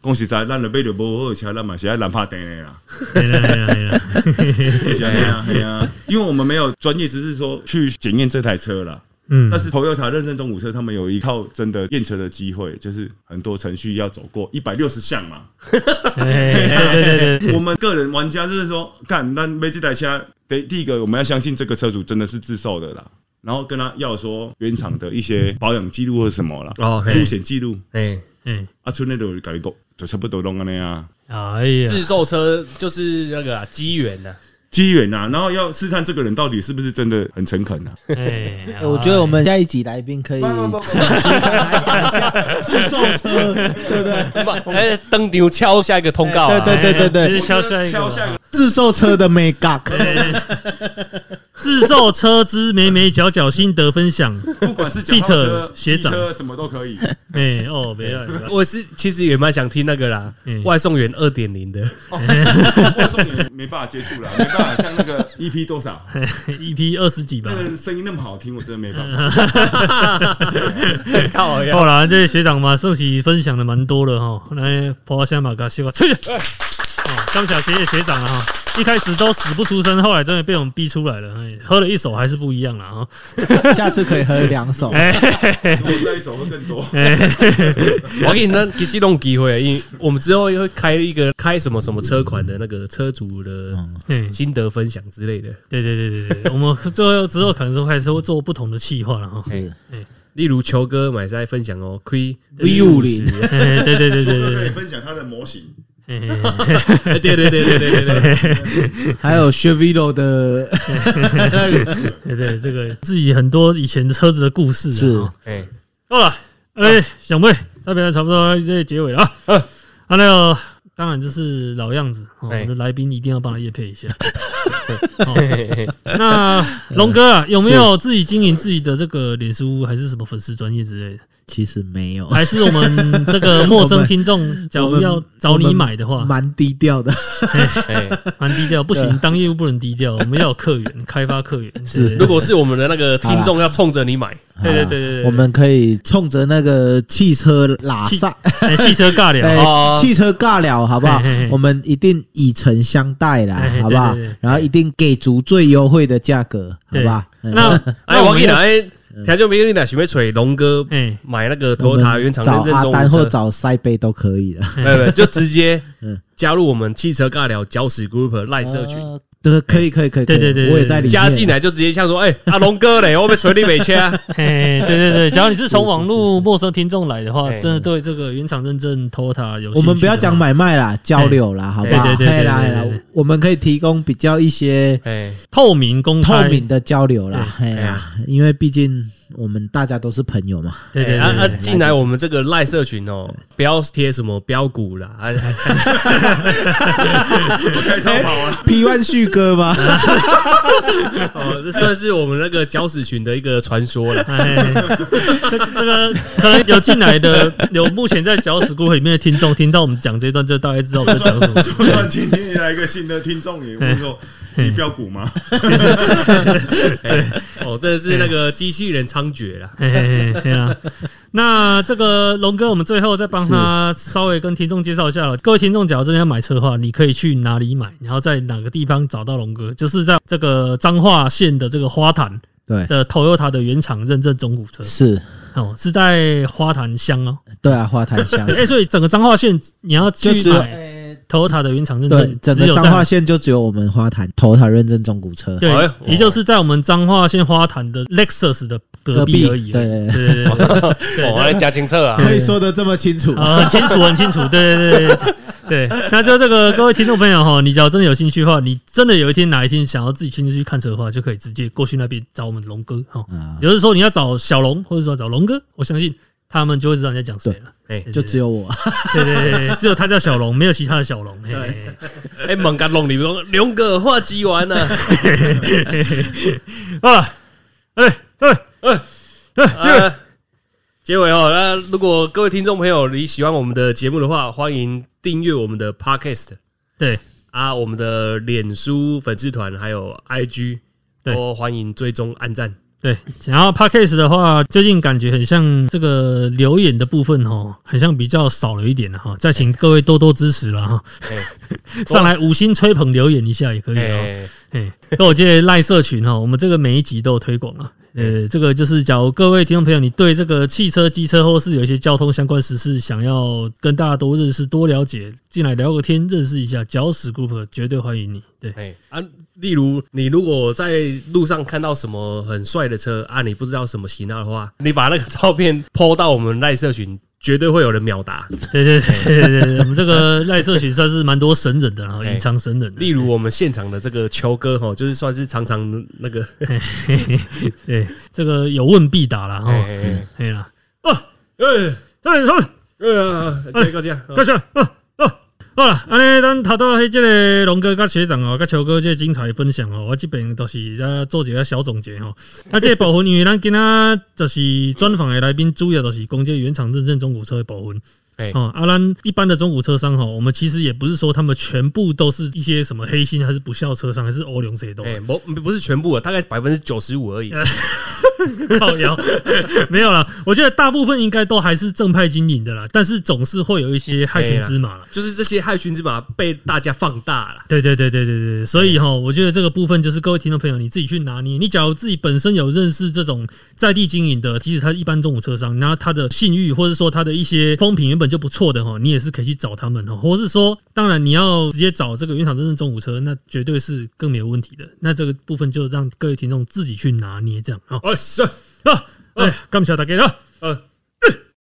Speaker 7: 恭喜在咱的买着无好的车，咱嘛是爱难拍电的啦，
Speaker 2: 对啦对啦对啦，
Speaker 7: 是安尼啊，系啊，因为我们没有专业知识说去检验这台车啦。
Speaker 2: 嗯，
Speaker 7: 但是 Toyota 认证中古车，他们有一套真的验车的机会，就是很多程序要走过一百六十项嘛。
Speaker 2: 哎对对对对， [laughs]
Speaker 7: 我们个人玩家就是说，干，那没这台车，得第一个我们要相信这个车主真的是自售的啦，然后跟他要说原厂的一些保养记录或者什么啦，
Speaker 3: 哦嘿
Speaker 7: 出险记录
Speaker 3: 哎，
Speaker 2: 嗯，
Speaker 7: 啊，村内都改过，就差不多弄安尼啊，
Speaker 2: 哎呀，
Speaker 3: 自售车就是那个啊机缘呐，
Speaker 7: 机缘啊，然后要试探这个人到底是不是真的很诚恳啊。
Speaker 2: 哎
Speaker 5: 哎，我觉得我们下一集来宾可以来讲一下自售车，对不对？
Speaker 3: 不，哎，登顶敲下一个通告啊，
Speaker 5: [laughs] 对对对对
Speaker 2: 直接敲下一个，
Speaker 7: 敲下一个
Speaker 5: [laughs] 自售车的 make up，
Speaker 2: 自售车之眉眉角角心得分享，
Speaker 7: 不管是脚踏车
Speaker 2: Peter、学
Speaker 7: 机
Speaker 2: 长
Speaker 7: 车什么都
Speaker 2: [laughs]
Speaker 7: 可以。
Speaker 2: 哎哦，别了，别了
Speaker 3: 我是其实也蛮想听那个啦
Speaker 2: 嗯，
Speaker 3: 外送员二点零的，
Speaker 7: 哦外送员没办法接触了，没办法像那个
Speaker 2: [laughs]
Speaker 7: EP 多少，
Speaker 2: ，EP E 二十几吧
Speaker 7: 那。个声音那么好听，我真的没办法。
Speaker 2: [laughs]
Speaker 3: 靠呀！
Speaker 2: 后来这些学长嘛，受喜分享的蛮多的哈，来抛下马嘎西瓜，去！
Speaker 5: 哎
Speaker 2: 哦，刚小学也学长了哈，一开始都死不出声，后来终于被我们逼出来了，哎喝了一手还是不一样了哈。
Speaker 5: [laughs] 下次可以喝两手。
Speaker 2: 哎
Speaker 7: 如果再一首会更多。
Speaker 3: 我给你那给机动机会，因为我们之后会开一个开什么什么车款的那个车主的
Speaker 2: 嗯
Speaker 3: 心得分享之类的，
Speaker 2: 对对对对对，我们最后之后可能说还是会做不同的企划了哈。
Speaker 3: 例如球哥买菜分享哦，亏
Speaker 5: V 五零，
Speaker 2: 哎对对对
Speaker 7: 秋
Speaker 2: 对
Speaker 7: 哥可以
Speaker 2: 对
Speaker 7: 分享他的模型，
Speaker 2: 对，
Speaker 3: 对对对对对对对对，
Speaker 5: 还有 Chevrolet 的， [laughs]
Speaker 2: [laughs] 对对，这个自己很多以前车子的故事啊
Speaker 5: 是
Speaker 2: 哦
Speaker 3: 哎，
Speaker 2: 够了，哎，小妹，差不多差不多这结尾了啊。啊，那个当然就是老样子，哦我
Speaker 3: 哎
Speaker 2: 们的来宾一定要帮他夜配一
Speaker 5: [laughs]
Speaker 2: 下。哦那龙哥啊，有没有自己经营自己的这个脸书还是什么粉丝专业之类的？
Speaker 5: 其实没有，
Speaker 2: 还是我们这个陌生听众，假
Speaker 5: 哦 [laughs] 我
Speaker 2: 如
Speaker 5: 们
Speaker 2: 要找你买的话，
Speaker 5: 蛮低调的。
Speaker 2: 蛮低
Speaker 5: [laughs]
Speaker 2: 调，不行，当业务不能低调，我们要有客源，开发客源。对对
Speaker 3: 如果是我们的那个听众要冲着你买，
Speaker 2: 对哎对对对对
Speaker 5: 我们可以冲着那个汽车拉
Speaker 2: 汽
Speaker 5: 萨，
Speaker 2: 哎汽车尬聊，
Speaker 3: 哦
Speaker 5: 哎，汽车尬聊好不好
Speaker 2: 嘿嘿嘿？
Speaker 5: 我们一定以诚相待啦
Speaker 2: 嘿嘿，
Speaker 5: 好不好
Speaker 2: 对对对？
Speaker 5: 然后一定给足最优惠的价格，好
Speaker 2: 对
Speaker 5: 不好？嗯
Speaker 2: 那
Speaker 3: 哎，
Speaker 2: 那
Speaker 3: 我
Speaker 2: 们
Speaker 3: 跟你
Speaker 2: 要
Speaker 3: 讲，哎，听众朋友，你俩想要找龙哥
Speaker 2: 哎
Speaker 3: 买那个
Speaker 5: 我
Speaker 3: Toyota
Speaker 5: 们
Speaker 3: 原厂
Speaker 5: 找
Speaker 3: 认证
Speaker 5: 阿
Speaker 3: 中
Speaker 5: 丹或
Speaker 3: 古车，
Speaker 5: 找塞杯都可以
Speaker 2: 嗯
Speaker 5: 的，
Speaker 3: 没有没有，就直接
Speaker 5: 嗯
Speaker 3: 加入我们汽车尬聊搅屎 Group 赖社
Speaker 2: 哦
Speaker 3: 群。
Speaker 5: 呃对，可以，可以，可以，
Speaker 2: 对对
Speaker 5: 可以
Speaker 2: 对对
Speaker 5: 我也在里面
Speaker 3: 加进来就直接像说，哎、阿龙哥嘞，我被锤你美
Speaker 2: [laughs]
Speaker 3: 切啊！
Speaker 2: [laughs] 嘿，对对对，假如你是从网络陌生听众来的话，
Speaker 3: 哎
Speaker 2: 真的对这个原厂认证 TOTA 有兴趣的话
Speaker 5: 我们不要讲，买卖啦，交流啦，好不好？
Speaker 2: 对对对对
Speaker 5: 嘿啦
Speaker 2: 对
Speaker 5: 嘿
Speaker 2: 对
Speaker 5: 啦
Speaker 2: 对对，
Speaker 5: 我们可以提供比较一些
Speaker 3: 哎、
Speaker 2: 透明公
Speaker 5: 透
Speaker 2: 开，
Speaker 5: 明的交流啦，嘿
Speaker 3: 哎
Speaker 5: 啦
Speaker 3: 呀，
Speaker 5: 因为毕竟我们大家都是朋友嘛，
Speaker 2: 对对
Speaker 3: 哎啊啊，
Speaker 2: 对嗯
Speaker 3: 进来我们这个赖社群哦，不要贴什么标股啦，啊，
Speaker 7: 太超跑
Speaker 5: [laughs]
Speaker 7: 啊！
Speaker 5: P One 旭哥吗？
Speaker 3: 哦，这算是我们那个搅屎群的一个传
Speaker 2: [laughs]
Speaker 3: 说了。
Speaker 2: 对，哎，这这个可能有进来的，有目前在小史 school 里面的听众听到我们讲这一段，就大概知道我们在讲什么。
Speaker 7: 突然今天来一个新的听众也问说：“你标股吗
Speaker 3: 哎哦，这是那个机器人猖獗啦。
Speaker 2: 嘿嘿嘿，对 [laughs] 啊。那这个龙哥，我们最后再帮他稍微跟听众介绍一下了。各位听众，假如真的要买车的话，你可以去哪里买，然后在哪个地方找到龙哥，就是在这个彰化县的这个花坛
Speaker 5: [laughs] 对，
Speaker 2: 的 Toyota 的原厂认证中古车
Speaker 5: 是，
Speaker 2: 哦，是在花坛乡哦。
Speaker 5: 对啊，花坛乡
Speaker 2: 对，哎、哎所以整个彰化县你要
Speaker 5: 就
Speaker 2: 去
Speaker 5: 只有
Speaker 2: 买 Toyota 的原厂认
Speaker 5: 对
Speaker 2: 证，
Speaker 5: 整
Speaker 2: 只
Speaker 5: 个
Speaker 2: 有在
Speaker 5: 彰化县就只有我们花坛头塔认证中古车
Speaker 2: 对
Speaker 3: 哎，
Speaker 2: 也就是在我们彰化县花坛的 Lexus 的隔
Speaker 5: 隔壁，
Speaker 2: 壁而
Speaker 5: 对
Speaker 2: 已。对
Speaker 5: 对对，
Speaker 2: 对对对。
Speaker 3: 哦，我来加清澈
Speaker 2: [laughs]
Speaker 3: 啊，
Speaker 5: 可以说的这么清楚，
Speaker 2: 啊，很清楚，很清楚，对对对对对。那就这个各位听众朋友哈，你只要真的有兴趣的话，你真的有一天哪一天想要自己亲自去看车的话，就可以直接过去那边找我们龙哥哈。
Speaker 5: 啊
Speaker 2: 也就是说，你要找小龙，或者说找龙哥，我相信他们就会知道你在讲谁了。
Speaker 3: 哎
Speaker 5: 就只有我，
Speaker 2: 对对对，对只有他叫小龙，没有其他的小龙。嘿嘿嘿
Speaker 3: 哎，猛干龙，你们说龙哥画鸡
Speaker 2: [laughs]
Speaker 3: 丸 [laughs] 呢？
Speaker 2: 啊，哎哎哎 [laughs] 哎，
Speaker 3: [laughs]
Speaker 2: 这个
Speaker 3: 啊结尾哦，那如果各位听众朋友你喜欢我们的节目的话，欢迎订阅我们的 Podcast。
Speaker 2: 对
Speaker 3: 啊，我们的脸书粉丝团还有 IG，
Speaker 2: 对
Speaker 3: 都欢迎追踪按赞。
Speaker 2: 对。然后 podcast 的话，最近感觉很像这个留言的部分哦，很像比较少了一点了哈，再请各位多多支持了哈。
Speaker 3: 哎
Speaker 2: [laughs] 上来五星吹捧留言一下也可以哦。
Speaker 3: 哎
Speaker 2: 哎，那我记得赖社群哦哈，我们这个每一集都有推广啊。
Speaker 3: 哎
Speaker 2: 呃，这个就是，假如各位听众朋友，你对这个汽车、机车或是有一些交通相关时事，想要跟大家多认识、多了解，进来聊个天，认识一下搅屎 Group，绝对欢迎你。对，
Speaker 3: 哎啊，例如你如果在路上看到什么很帅的车啊，你不知道什么型号的话，你把那个照片 PO 到我们赖社群，绝对会有人秒答。
Speaker 2: 对对对对对对，我们这个赖社群算是蛮多神人的啊，
Speaker 3: 哎
Speaker 2: 隐藏神人的。
Speaker 3: 例如我们现场的这个球哥哈，就是算是常常那个，
Speaker 2: 对这个有问必答啦。哈，
Speaker 3: 哎
Speaker 2: 可以啦。哦，
Speaker 3: [laughs]
Speaker 2: 呃，再来，
Speaker 3: 呃，这个这样，
Speaker 2: 开始啊啊！好啦，安尼咱头到迄即个龙哥甲学长哦，甲球哥即个精彩分享哦，我即边都是在做一个小总结吼。啊，即个部分因为咱今仔就是专访的来宾，主要都是讲即个原厂认证中古车的部分。
Speaker 3: 哎
Speaker 2: 哦，啊，咱一般的中古车商吼，我们其实也不是说他们全部都是一些什么黑心还是不孝车商，还是欧龙谁都有
Speaker 3: 哎，不不是全部啊，大概百分之九十五而已。
Speaker 2: [laughs] 靠腰，没有啦，我觉得大部分应该都还是正派经营的啦，但是总是会有一些害群之马啦。
Speaker 3: 就是这些害群之马被大家放大了。
Speaker 2: 对对对对对对，所以哈，我觉得这个部分就是各位听众朋友你自己去拿捏。你假如自己本身有认识这种在地经营的，即使他一般中午车商，然后他的信誉或者说他的一些风评原本就不错的哈，你也是可以去找他们哈，或是说，当然你要直接找这个原厂真正中午车，那绝对是更没有问题的。那这个部分就让各位听众自己去拿捏这样啊。
Speaker 3: 哦，是，
Speaker 2: 啊，哎，感谢大家啊，
Speaker 3: 呃，